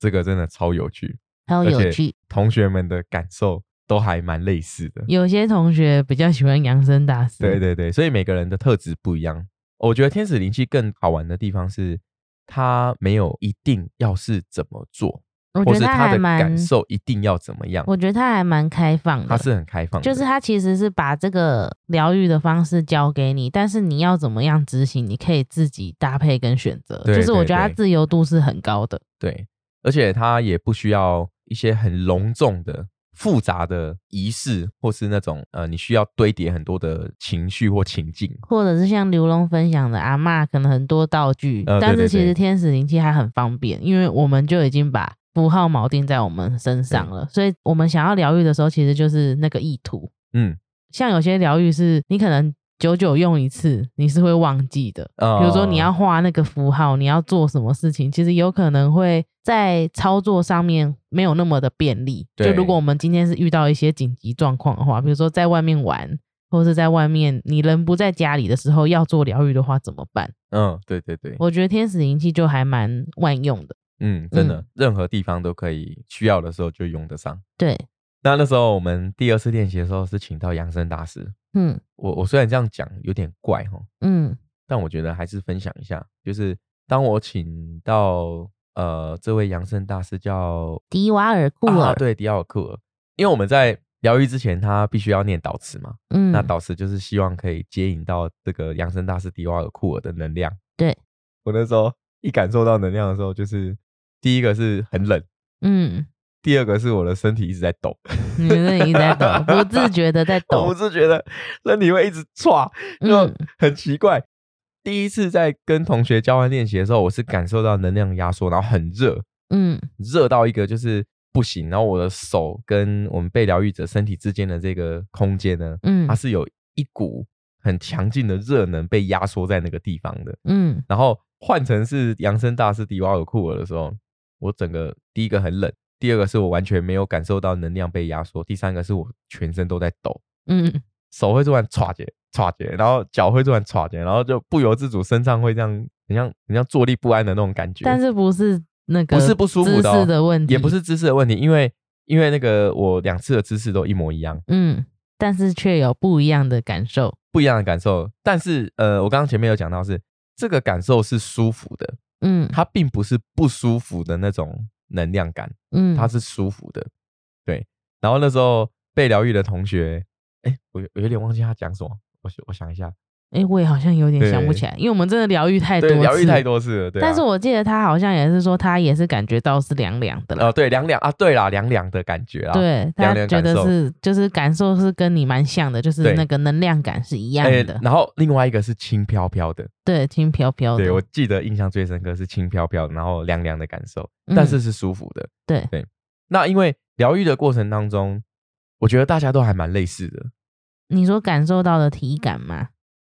[SPEAKER 1] 这个真的超有趣，
[SPEAKER 2] 还有
[SPEAKER 1] 而且
[SPEAKER 2] 有趣，
[SPEAKER 1] 同学们的感受都还蛮类似的。
[SPEAKER 2] 有些同学比较喜欢扬声大师。
[SPEAKER 1] 对对对，所以每个人的特质不一样。我觉得天使灵气更好玩的地方是，它没有一定要是怎么做，
[SPEAKER 2] 我觉
[SPEAKER 1] 或
[SPEAKER 2] 得
[SPEAKER 1] 是
[SPEAKER 2] 他
[SPEAKER 1] 他
[SPEAKER 2] 还
[SPEAKER 1] 的
[SPEAKER 2] 蛮，
[SPEAKER 1] 感受一定要怎么样，
[SPEAKER 2] 我觉得他还蛮开放的。
[SPEAKER 1] 它是很开放的，
[SPEAKER 2] 就是他其实是把这个疗愈的方式交给你，但是你要怎么样执行，你可以自己搭配跟选择。
[SPEAKER 1] 对
[SPEAKER 2] 就是我
[SPEAKER 1] 对
[SPEAKER 2] 觉得他
[SPEAKER 1] 对
[SPEAKER 2] 自由度是很高的。
[SPEAKER 1] 对，而且它也不需要一些很隆重的。复杂的仪式，或是那种呃，你需要堆叠很多的情绪或情境，
[SPEAKER 2] 或者是像刘龙分享的阿嬷可能很多道具，
[SPEAKER 1] 呃对
[SPEAKER 2] 但
[SPEAKER 1] 对
[SPEAKER 2] 是其
[SPEAKER 1] 对
[SPEAKER 2] 实天使灵气它很方便，因为我们就已经把符号锚定在我们身上了，所以我们想要疗愈的时候，其实就是那个意图。
[SPEAKER 1] 嗯，
[SPEAKER 2] 像有些疗愈是你可能久久用一次，你是会忘记的，
[SPEAKER 1] 呃，
[SPEAKER 2] 比如说你要画那个符号，你要做什么事情，其实有可能会在操作上面没有那么的便利。就
[SPEAKER 1] 对
[SPEAKER 2] 如果我们今天是遇到一些紧急状况的话，比如说在外面玩，或是在外面你人不在家里的时候要做疗愈的话，怎么办？
[SPEAKER 1] 嗯，对对对，
[SPEAKER 2] 我觉得天使灵气就还蛮万用的。
[SPEAKER 1] 嗯，真的
[SPEAKER 2] 嗯，
[SPEAKER 1] 任何地方都可以需要的时候就用得上。
[SPEAKER 2] 对，
[SPEAKER 1] 那那时候我们第二次练习的时候是请到扬声大师，
[SPEAKER 2] 嗯
[SPEAKER 1] 我我虽然这样讲有点怪哈，
[SPEAKER 2] 嗯，
[SPEAKER 1] 但我觉得还是分享一下，就是当我请到呃这位扬声大师叫
[SPEAKER 2] 迪瓦尔库尔，
[SPEAKER 1] 啊，对，迪奥库尔，因为我们在疗愈之前，他必须要念导词嘛，
[SPEAKER 2] 嗯，
[SPEAKER 1] 那导师就是希望可以接引到这个扬声大师迪瓦尔库尔的能量。
[SPEAKER 2] 对
[SPEAKER 1] 我那时候一感受到能量的时候，就是第一个是很冷，
[SPEAKER 2] 嗯，
[SPEAKER 1] 第二个是我的身体一直在抖，
[SPEAKER 2] 你那里一直在抖， 不自觉的在
[SPEAKER 1] 我
[SPEAKER 2] 抖
[SPEAKER 1] 不，是觉得身体会一直歘，就
[SPEAKER 2] 嗯
[SPEAKER 1] 很奇怪。第一次在跟同学交换练习的时候，我是感受到能量压缩，然后很热，
[SPEAKER 2] 嗯
[SPEAKER 1] 热到一个就是不行，然后我的手跟我们被疗愈者身体之间的这个空间呢，
[SPEAKER 2] 嗯
[SPEAKER 1] 它是有一股很强劲的热能被压缩在那个地方的。
[SPEAKER 2] 嗯
[SPEAKER 1] 然后换成是扬声大师迪瓦尔库尔的时候，我整个第一个很冷，第二个是我完全没有感受到能量被压缩，第三个是我全身都在抖，
[SPEAKER 2] 嗯
[SPEAKER 1] 手会突然歘结歘结，然后脚会突然歘结，然后就不由自主身上会这样，很像很像坐立不安的那种感觉。
[SPEAKER 2] 但是嗯不是那个
[SPEAKER 1] 不是不舒服
[SPEAKER 2] 姿
[SPEAKER 1] 的哦
[SPEAKER 2] 势的问题，
[SPEAKER 1] 也不，是姿势的问题，因为因为那个我两次的姿势都一模一样，
[SPEAKER 2] 嗯，但是却有不一样的感受，
[SPEAKER 1] 不一样的感受。但是呃，我刚刚前面有讲到是这个感受是舒服的，
[SPEAKER 2] 嗯
[SPEAKER 1] 它并不是不舒服的那种能量感，
[SPEAKER 2] 嗯，
[SPEAKER 1] 它是舒服的。对，然后那时候被疗愈的同学，哎，我有我有点忘记他讲什么，我想我想一下，
[SPEAKER 2] 哎、我也好像有点想不起来，因为我们真的疗愈太多
[SPEAKER 1] 对，
[SPEAKER 2] 次，
[SPEAKER 1] 疗愈太多次了，对、啊。
[SPEAKER 2] 但是我记得他好像也是说，他也是感觉到是凉凉的了。
[SPEAKER 1] 哦，对，凉凉啊，对啦，凉凉的感觉啦，
[SPEAKER 2] 对
[SPEAKER 1] 凉
[SPEAKER 2] 他
[SPEAKER 1] 凉
[SPEAKER 2] 觉
[SPEAKER 1] 感
[SPEAKER 2] 得
[SPEAKER 1] 受
[SPEAKER 2] 是，就是感受是跟你蛮像的，就是
[SPEAKER 1] 对
[SPEAKER 2] 那个能量感是一样
[SPEAKER 1] 哎
[SPEAKER 2] 的，哦
[SPEAKER 1] 然后另外一个是轻飘飘的，
[SPEAKER 2] 对，轻飘飘的。
[SPEAKER 1] 对我记得印象最深刻是轻飘飘，然后凉凉的感受，但是
[SPEAKER 2] 嗯
[SPEAKER 1] 是舒服的。
[SPEAKER 2] 对
[SPEAKER 1] 对，那因为疗愈的过程当中，我觉得大家都还蛮类似的，
[SPEAKER 2] 你说感受到的体感嘛，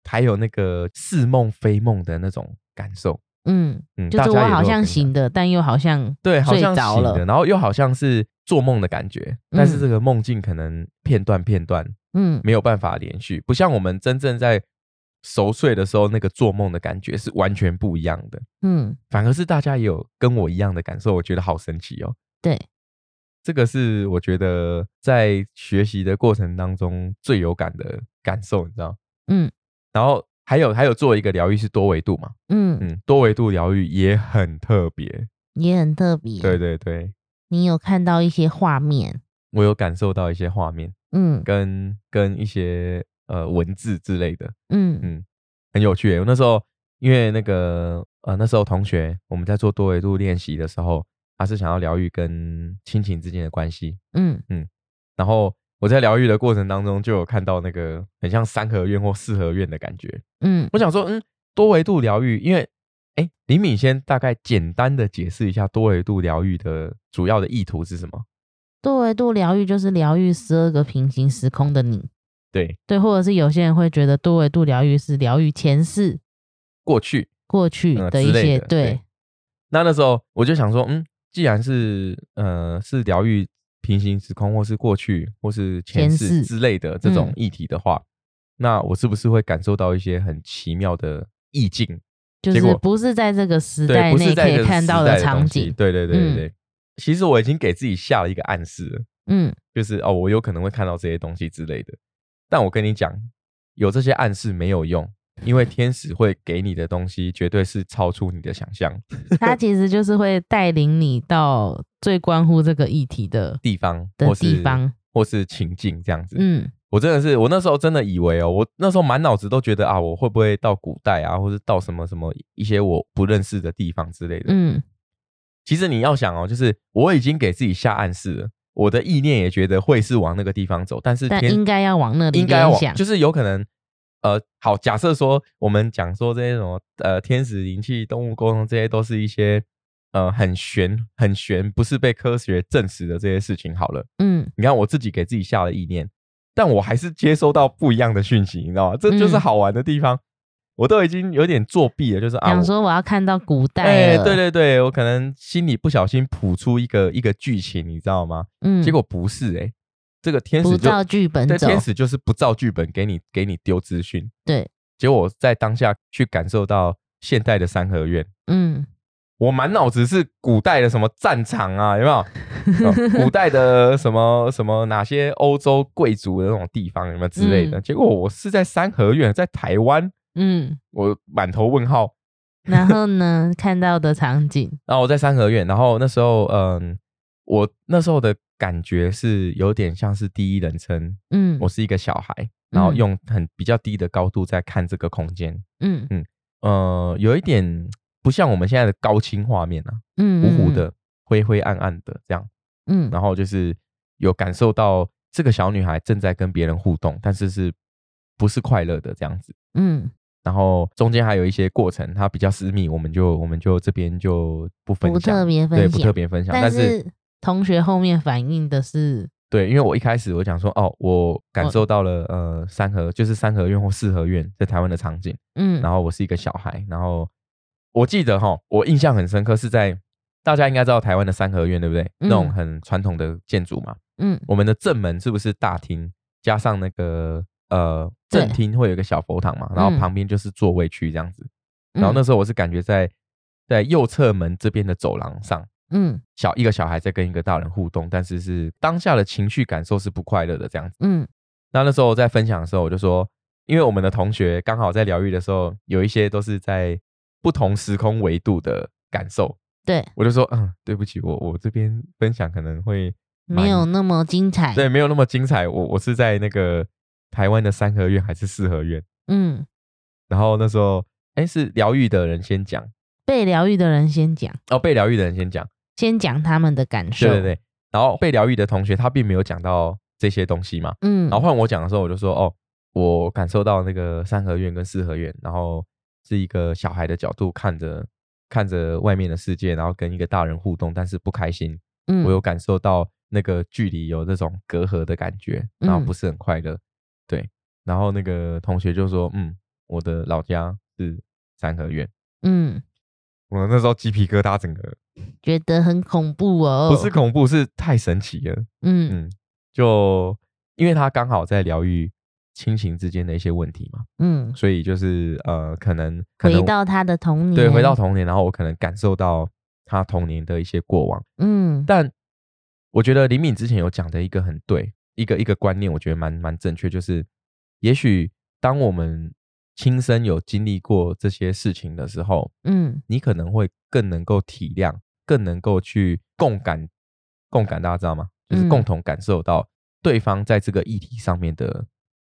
[SPEAKER 1] 还有那个似梦非梦的那种感受，
[SPEAKER 2] 嗯，
[SPEAKER 1] 嗯，
[SPEAKER 2] 就是我
[SPEAKER 1] 大家也都有
[SPEAKER 2] 好像
[SPEAKER 1] 分享
[SPEAKER 2] 醒，的，但又好像
[SPEAKER 1] 对，好
[SPEAKER 2] 睡
[SPEAKER 1] 像
[SPEAKER 2] 着
[SPEAKER 1] 醒
[SPEAKER 2] 了
[SPEAKER 1] 的，然后又好像是做梦的感觉，但是这个梦境可能片段片段
[SPEAKER 2] 嗯
[SPEAKER 1] 没有办法连续，不像我们真正在熟睡的时候那个做梦的感觉是完全不一样的。
[SPEAKER 2] 嗯，
[SPEAKER 1] 反而是大家也有跟我一样的感受，我觉得好神奇哦。
[SPEAKER 2] 对，
[SPEAKER 1] 这个是我觉得在学习的过程当中最有感的感受，你知道？
[SPEAKER 2] 嗯，
[SPEAKER 1] 然后还有还有做一个疗愈是多维度嘛，
[SPEAKER 2] 嗯，
[SPEAKER 1] 嗯，多维度疗愈也很特别。
[SPEAKER 2] 也很特别。
[SPEAKER 1] 对，对对，
[SPEAKER 2] 你有看到一些画面，
[SPEAKER 1] 我有感受到一些画面
[SPEAKER 2] 嗯
[SPEAKER 1] 跟跟一些呃文字之类的，
[SPEAKER 2] 嗯
[SPEAKER 1] 嗯，很有趣耶。我那时候因为那个呃，那时候同学我们在做多维度练习的时候，他是想要疗愈跟亲情之间的关系。
[SPEAKER 2] 嗯
[SPEAKER 1] 然后我在疗愈的过程当中，就有看到那个很像三合院或四合院的感觉。
[SPEAKER 2] 嗯，
[SPEAKER 1] 我想说，嗯，多维度疗愈，因为哎，李敏先大概简单的解释一下多维度疗愈的主要的意图是什么？
[SPEAKER 2] 多维度疗愈就是疗愈十二个平行时空的你，
[SPEAKER 1] 对，
[SPEAKER 2] 对，或者是有些人会觉得多维度疗愈是疗愈前世、
[SPEAKER 1] 过去
[SPEAKER 2] 过去
[SPEAKER 1] 呃
[SPEAKER 2] 的
[SPEAKER 1] 之
[SPEAKER 2] 一
[SPEAKER 1] 类
[SPEAKER 2] 些，
[SPEAKER 1] 的对那那时候我就想说，嗯，既然是呃是疗愈平行时空，或是过去，或是前
[SPEAKER 2] 前
[SPEAKER 1] 世
[SPEAKER 2] 世
[SPEAKER 1] 之类的这种
[SPEAKER 2] 嗯
[SPEAKER 1] 议题的话，那我是不是会感受到一些很奇妙的意境？
[SPEAKER 2] 就
[SPEAKER 1] 结果
[SPEAKER 2] 是不是在这个时
[SPEAKER 1] 对，
[SPEAKER 2] 代
[SPEAKER 1] 不是
[SPEAKER 2] 内
[SPEAKER 1] 在
[SPEAKER 2] 可
[SPEAKER 1] 一个
[SPEAKER 2] 以看
[SPEAKER 1] 时
[SPEAKER 2] 到
[SPEAKER 1] 代的
[SPEAKER 2] 场
[SPEAKER 1] 东西
[SPEAKER 2] 景。
[SPEAKER 1] 对对对对
[SPEAKER 2] 嗯
[SPEAKER 1] 对，其实我已经给自己下了一个暗示了，
[SPEAKER 2] 嗯
[SPEAKER 1] 就是哦，我有可能会看到这些东西之类的。但我跟你讲，有这些暗示没有用，因为天使会给你的东西绝对是超出你的想象
[SPEAKER 2] 它其实就是会带领你到最关乎这个议题的
[SPEAKER 1] 地方
[SPEAKER 2] 的
[SPEAKER 1] 或是
[SPEAKER 2] 地方。
[SPEAKER 1] 或是情境这样子。
[SPEAKER 2] 嗯
[SPEAKER 1] 我真的是，我那时候真的以为哦，我那时候满脑子都觉得啊，我会不会到古代啊，或是到什么什么一些我不认识的地方之类的。
[SPEAKER 2] 嗯
[SPEAKER 1] 其实你要想哦，就是我已经给自己下暗示了，我的意念也觉得会是往那个地方走，但是
[SPEAKER 2] 但
[SPEAKER 1] 天
[SPEAKER 2] 应该要往那里
[SPEAKER 1] 应该要
[SPEAKER 2] 联
[SPEAKER 1] 往，
[SPEAKER 2] 想
[SPEAKER 1] 就是有可能。呃，好，假设说我们讲说这些什么呃天使灵气、动物沟通，这些都是一些呃很玄、很玄，不是被科学证实的这些事情。好了，
[SPEAKER 2] 嗯
[SPEAKER 1] 你看我自己给自己下了意念，但我还是接收到不一样的讯息，你知道吗？这就是
[SPEAKER 2] 嗯
[SPEAKER 1] 好玩的地方。我都已经有点作弊了，就是啊，
[SPEAKER 2] 想
[SPEAKER 1] 我
[SPEAKER 2] 说我要看到古代
[SPEAKER 1] 哎、
[SPEAKER 2] 了。
[SPEAKER 1] 对对对，我可能心里不小心谱出一个一个剧情，你知道吗？
[SPEAKER 2] 嗯，
[SPEAKER 1] 结果不是哎、这个天使
[SPEAKER 2] 不
[SPEAKER 1] 就
[SPEAKER 2] 照剧本
[SPEAKER 1] 对
[SPEAKER 2] 走。
[SPEAKER 1] 天使就是不照剧本给你给你丢资讯，
[SPEAKER 2] 对，
[SPEAKER 1] 结果我在当下去感受到现代的三合院，
[SPEAKER 2] 嗯
[SPEAKER 1] 我满脑子是古代的什么战场啊，有没 有？哦古代的什么什么哪些欧洲贵族的那种地方有没有之类的？结果我是在三合院，在台湾，
[SPEAKER 2] 嗯，
[SPEAKER 1] 我满头问号。
[SPEAKER 2] 然后呢，看到的场景，
[SPEAKER 1] 然后我在三合院，然后那时候，嗯，我那时候的感觉是有点像是第一人称，
[SPEAKER 2] 嗯，
[SPEAKER 1] 我是一个小孩，然后
[SPEAKER 2] 嗯
[SPEAKER 1] 用很比较低的高度在看这个空间，
[SPEAKER 2] 嗯
[SPEAKER 1] 呃，有一点不像我们现在的高清画面啊，
[SPEAKER 2] 嗯，
[SPEAKER 1] 糊糊的、灰灰暗暗的这样，
[SPEAKER 2] 嗯，嗯
[SPEAKER 1] 然后就是有感受到这个小女孩正在跟别人互动，但是是不是快乐的这样子。
[SPEAKER 2] 嗯，
[SPEAKER 1] 然后中间还有一些过程，它比较私密，我们就我们就这边就不分
[SPEAKER 2] 不
[SPEAKER 1] 享，
[SPEAKER 2] 特别
[SPEAKER 1] 对，
[SPEAKER 2] 分
[SPEAKER 1] 不特
[SPEAKER 2] 享，
[SPEAKER 1] 别分享。但
[SPEAKER 2] 但是同学后面反映的是，
[SPEAKER 1] 对，因为我一开始我讲说，哦，我感
[SPEAKER 2] 我
[SPEAKER 1] 受到了呃三合就是三合院或四合院在台湾的场景，
[SPEAKER 2] 嗯，
[SPEAKER 1] 然后我是一个小孩，然后我记得哈，我印象很深刻是在大家应该知道台湾的三合院对不对？那种
[SPEAKER 2] 嗯
[SPEAKER 1] 很传统的建筑嘛，
[SPEAKER 2] 嗯
[SPEAKER 1] 我们的正门是不是大厅加上那个呃
[SPEAKER 2] 对
[SPEAKER 1] 正厅会有一个小佛堂嘛，然后
[SPEAKER 2] 嗯
[SPEAKER 1] 旁边就是座位区这样子。然后那
[SPEAKER 2] 嗯
[SPEAKER 1] 时候我是感觉在在右侧门这边的走廊上，
[SPEAKER 2] 嗯
[SPEAKER 1] 小一个小孩在跟一个大人互动，但是是当下的情绪感受是不快乐的这样子。
[SPEAKER 2] 嗯
[SPEAKER 1] 那那时候我在分享的时候，我就说，因为我们的同学刚好在疗愈的时候，有一些都是在不同时空维度的感受，
[SPEAKER 2] 对，
[SPEAKER 1] 我就说，嗯，对不起，我我这边分享可能会蛮
[SPEAKER 2] 没有那么精彩，
[SPEAKER 1] 对，没有那么精彩。我我是在那个台湾的三合院还是四合院？
[SPEAKER 2] 嗯，
[SPEAKER 1] 然后那时候，哎，是疗愈的人先讲，
[SPEAKER 2] 被疗愈的人先讲，
[SPEAKER 1] 哦，被疗愈的人先讲，
[SPEAKER 2] 先讲他们的感受，
[SPEAKER 1] 对对，对。然后被疗愈的同学他并没有讲到这些东西嘛，
[SPEAKER 2] 嗯，
[SPEAKER 1] 然后换我讲的时候，我就说，哦，我感受到那个三合院跟四合院，然后是一个小孩的角度看着看着外面的世界，然后跟一个大人互动，但是不开心，
[SPEAKER 2] 嗯
[SPEAKER 1] 我有感受到那个距离有那种隔阂的感觉，然
[SPEAKER 2] 嗯
[SPEAKER 1] 后不是很快乐。对，然后那个同学就说：“嗯，我的老家是三合院。
[SPEAKER 2] 嗯”
[SPEAKER 1] 我那时候鸡皮疙瘩，整个
[SPEAKER 2] 觉得很恐怖哦，
[SPEAKER 1] 不是恐怖，是太神奇了。
[SPEAKER 2] 嗯
[SPEAKER 1] 嗯，就因为他刚好在疗愈亲情之间的一些问题嘛，
[SPEAKER 2] 嗯，
[SPEAKER 1] 所以就是呃，可能可能
[SPEAKER 2] 回到他的童年，
[SPEAKER 1] 对回到童年，然后我可能感受到他童年的一些过往。
[SPEAKER 2] 嗯
[SPEAKER 1] 但我觉得李敏之前有讲的一个很对，一个一个观念，我觉得蛮蛮正确，就是也许当我们亲身有经历过这些事情的时候，
[SPEAKER 2] 嗯
[SPEAKER 1] 你可能会更能够体谅，更能够去共感，共感大家知道吗？就是
[SPEAKER 2] 嗯
[SPEAKER 1] 共同感受到对方在这个议题上面的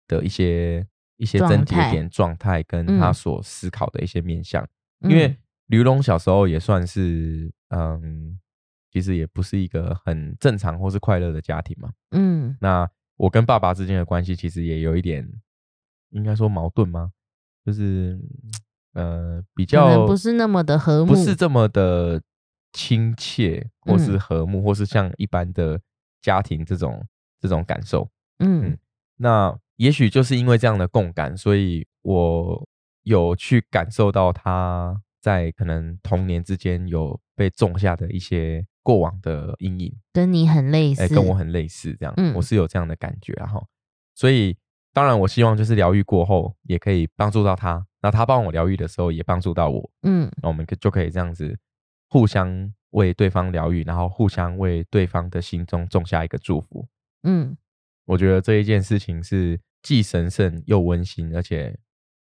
[SPEAKER 1] 的一些一些
[SPEAKER 2] 状
[SPEAKER 1] 症结
[SPEAKER 2] 态
[SPEAKER 1] 点、状态，跟他
[SPEAKER 2] 嗯
[SPEAKER 1] 所思考的一些面向。因为驴龙小时候也算是，嗯，其实也不是一个很正常或是快乐的家庭嘛。
[SPEAKER 2] 嗯
[SPEAKER 1] 那我跟爸爸之间的关系其实也有一点，应该说矛盾吗？就是，呃，比
[SPEAKER 2] 可能
[SPEAKER 1] 较
[SPEAKER 2] 不是那么的和睦，
[SPEAKER 1] 不是这么的亲切，或是
[SPEAKER 2] 嗯
[SPEAKER 1] 和睦，或是像一般的家庭这种这种感受。
[SPEAKER 2] 嗯
[SPEAKER 1] 那也许就是因为这样的共感，所以我有去感受到他在可能童年之间有被种下的一些过往的阴影，
[SPEAKER 2] 跟你很类
[SPEAKER 1] 哎、
[SPEAKER 2] 似，
[SPEAKER 1] 跟我很类似，这样，
[SPEAKER 2] 嗯
[SPEAKER 1] 我是有这样的感觉、啊，然后，所以当然我希望就是疗愈过后也可以帮助到他，那他帮我疗愈的时候也帮助到我，
[SPEAKER 2] 嗯
[SPEAKER 1] 那我们可就可以这样子互相为对方疗愈，然后互相为对方的心中种下一个祝福。
[SPEAKER 2] 嗯
[SPEAKER 1] 我觉得这一件事情是既神圣又温馨，而且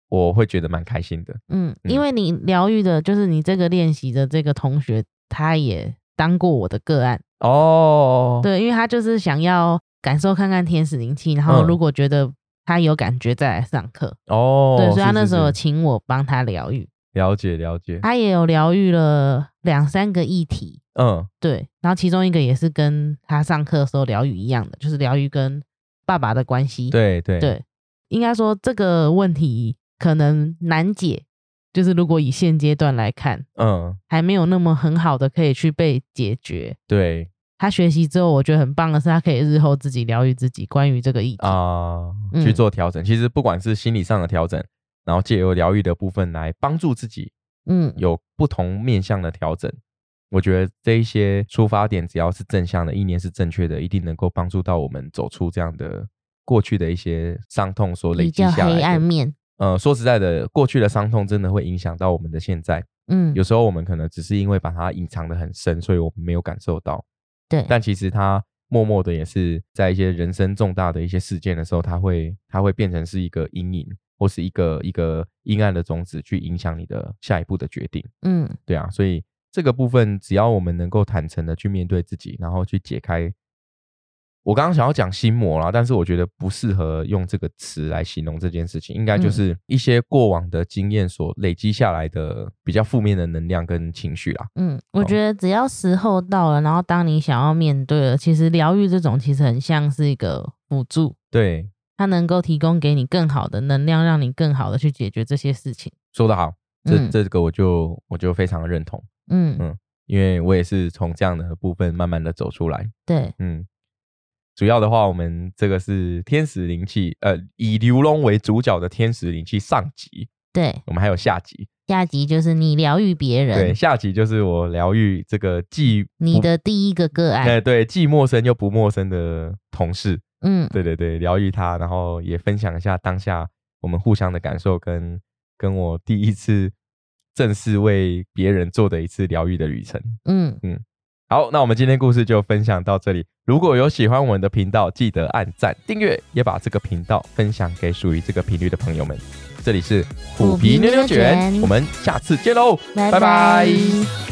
[SPEAKER 1] 我会觉得蛮开心的。
[SPEAKER 2] 嗯，
[SPEAKER 1] 嗯
[SPEAKER 2] 因为你疗愈的就是你这个练习的这个同学，他也当过我的个案，
[SPEAKER 1] 哦，，
[SPEAKER 2] 对，因为他就是想要感受看看天使灵气，然后
[SPEAKER 1] 嗯
[SPEAKER 2] 如果觉得他有感觉再来上课，
[SPEAKER 1] 哦，
[SPEAKER 2] 对，所以他
[SPEAKER 1] 是
[SPEAKER 2] 那
[SPEAKER 1] 是
[SPEAKER 2] 时候有
[SPEAKER 1] 是
[SPEAKER 2] 请啊我帮他疗愈，
[SPEAKER 1] 了解了解，
[SPEAKER 2] 他也有疗愈了两三个议题，
[SPEAKER 1] 嗯，
[SPEAKER 2] 对，然后其中一个也是跟他上课的时候疗愈一样的，就是疗愈跟爸爸的关系，
[SPEAKER 1] 对对
[SPEAKER 2] 对，应该说这个问题可能难解，就是如果以现阶段来看，
[SPEAKER 1] 嗯
[SPEAKER 2] 还没有那么很好的可以去被解决。
[SPEAKER 1] 对
[SPEAKER 2] 他学习之后，我觉得很棒的是，他可以日后自己疗愈自己关于这个议题。
[SPEAKER 1] 啊、
[SPEAKER 2] 嗯
[SPEAKER 1] 去做调整。其实不管是心理上的调整，然后借由疗愈的部分来帮助自己
[SPEAKER 2] 嗯
[SPEAKER 1] 有不同面向的调整。我觉得这一些出发点只要是正向的，意念是正确的，一定能够帮助到我们走出这样的过去的一些伤痛所累
[SPEAKER 2] 比
[SPEAKER 1] 积
[SPEAKER 2] 较
[SPEAKER 1] 下来
[SPEAKER 2] 黑
[SPEAKER 1] 的
[SPEAKER 2] 暗面。
[SPEAKER 1] 呃，说实在的，过去的伤痛真的会影响到我们的现在。
[SPEAKER 2] 嗯
[SPEAKER 1] 有，时候我们可能只是因为把它隐藏的很深，所以我们没有感受到。
[SPEAKER 2] 对，
[SPEAKER 1] 但其实它默默的也是在一些人生重大的一些事件的时候，它会它会变成是一个阴影，或是一个一个阴暗的种子去影响你的下一步的决定。
[SPEAKER 2] 嗯
[SPEAKER 1] 对啊，所以这个部分只要我们能够坦诚的去面对自己，然后去解开。我刚刚想要讲心魔啦，但是我觉得不适合用这个词来形容这件事情，应该就
[SPEAKER 2] 嗯
[SPEAKER 1] 是一些过往的经验所累积下来的比较负面的能量跟情绪啦。
[SPEAKER 2] 嗯，我
[SPEAKER 1] 哦
[SPEAKER 2] 觉得只要时候到了，然后当你想要面对了，其实疗愈这种其实很像是一个辅助，
[SPEAKER 1] 对，
[SPEAKER 2] 它能够提供给你更好的能量，让你更好的去解决这些事情。
[SPEAKER 1] 说得好，这、
[SPEAKER 2] 嗯
[SPEAKER 1] 这个我就我就非常认同，
[SPEAKER 2] 嗯，
[SPEAKER 1] 嗯因为我也是从这样的部分慢慢的走出来。
[SPEAKER 2] 对，
[SPEAKER 1] 嗯，主要的话，我们这个是天使灵气，呃，以刘龙为主角的天使灵气上集，
[SPEAKER 2] 对，
[SPEAKER 1] 我们还有下集。
[SPEAKER 2] 下集就是你疗愈别
[SPEAKER 1] 对，
[SPEAKER 2] 人，
[SPEAKER 1] 下集就是我疗愈这个既
[SPEAKER 2] 你
[SPEAKER 1] 不
[SPEAKER 2] 的第一个个案。
[SPEAKER 1] 呃对既陌生又不陌生的同事，
[SPEAKER 2] 嗯，
[SPEAKER 1] 对对对，疗愈他，然后也分享一下当下我们互相的感受跟跟我第一次正式为别人做的一次疗愈的旅程。
[SPEAKER 2] 嗯，
[SPEAKER 1] 好，那我们今天故事就分享到这里。如果有喜欢我们的频道，记得按赞、订阅，也把这个频道分享给属于这个频率的朋友们。这里是
[SPEAKER 2] 虎皮妞妞卷
[SPEAKER 1] 我们下次见喽，拜拜
[SPEAKER 2] 拜拜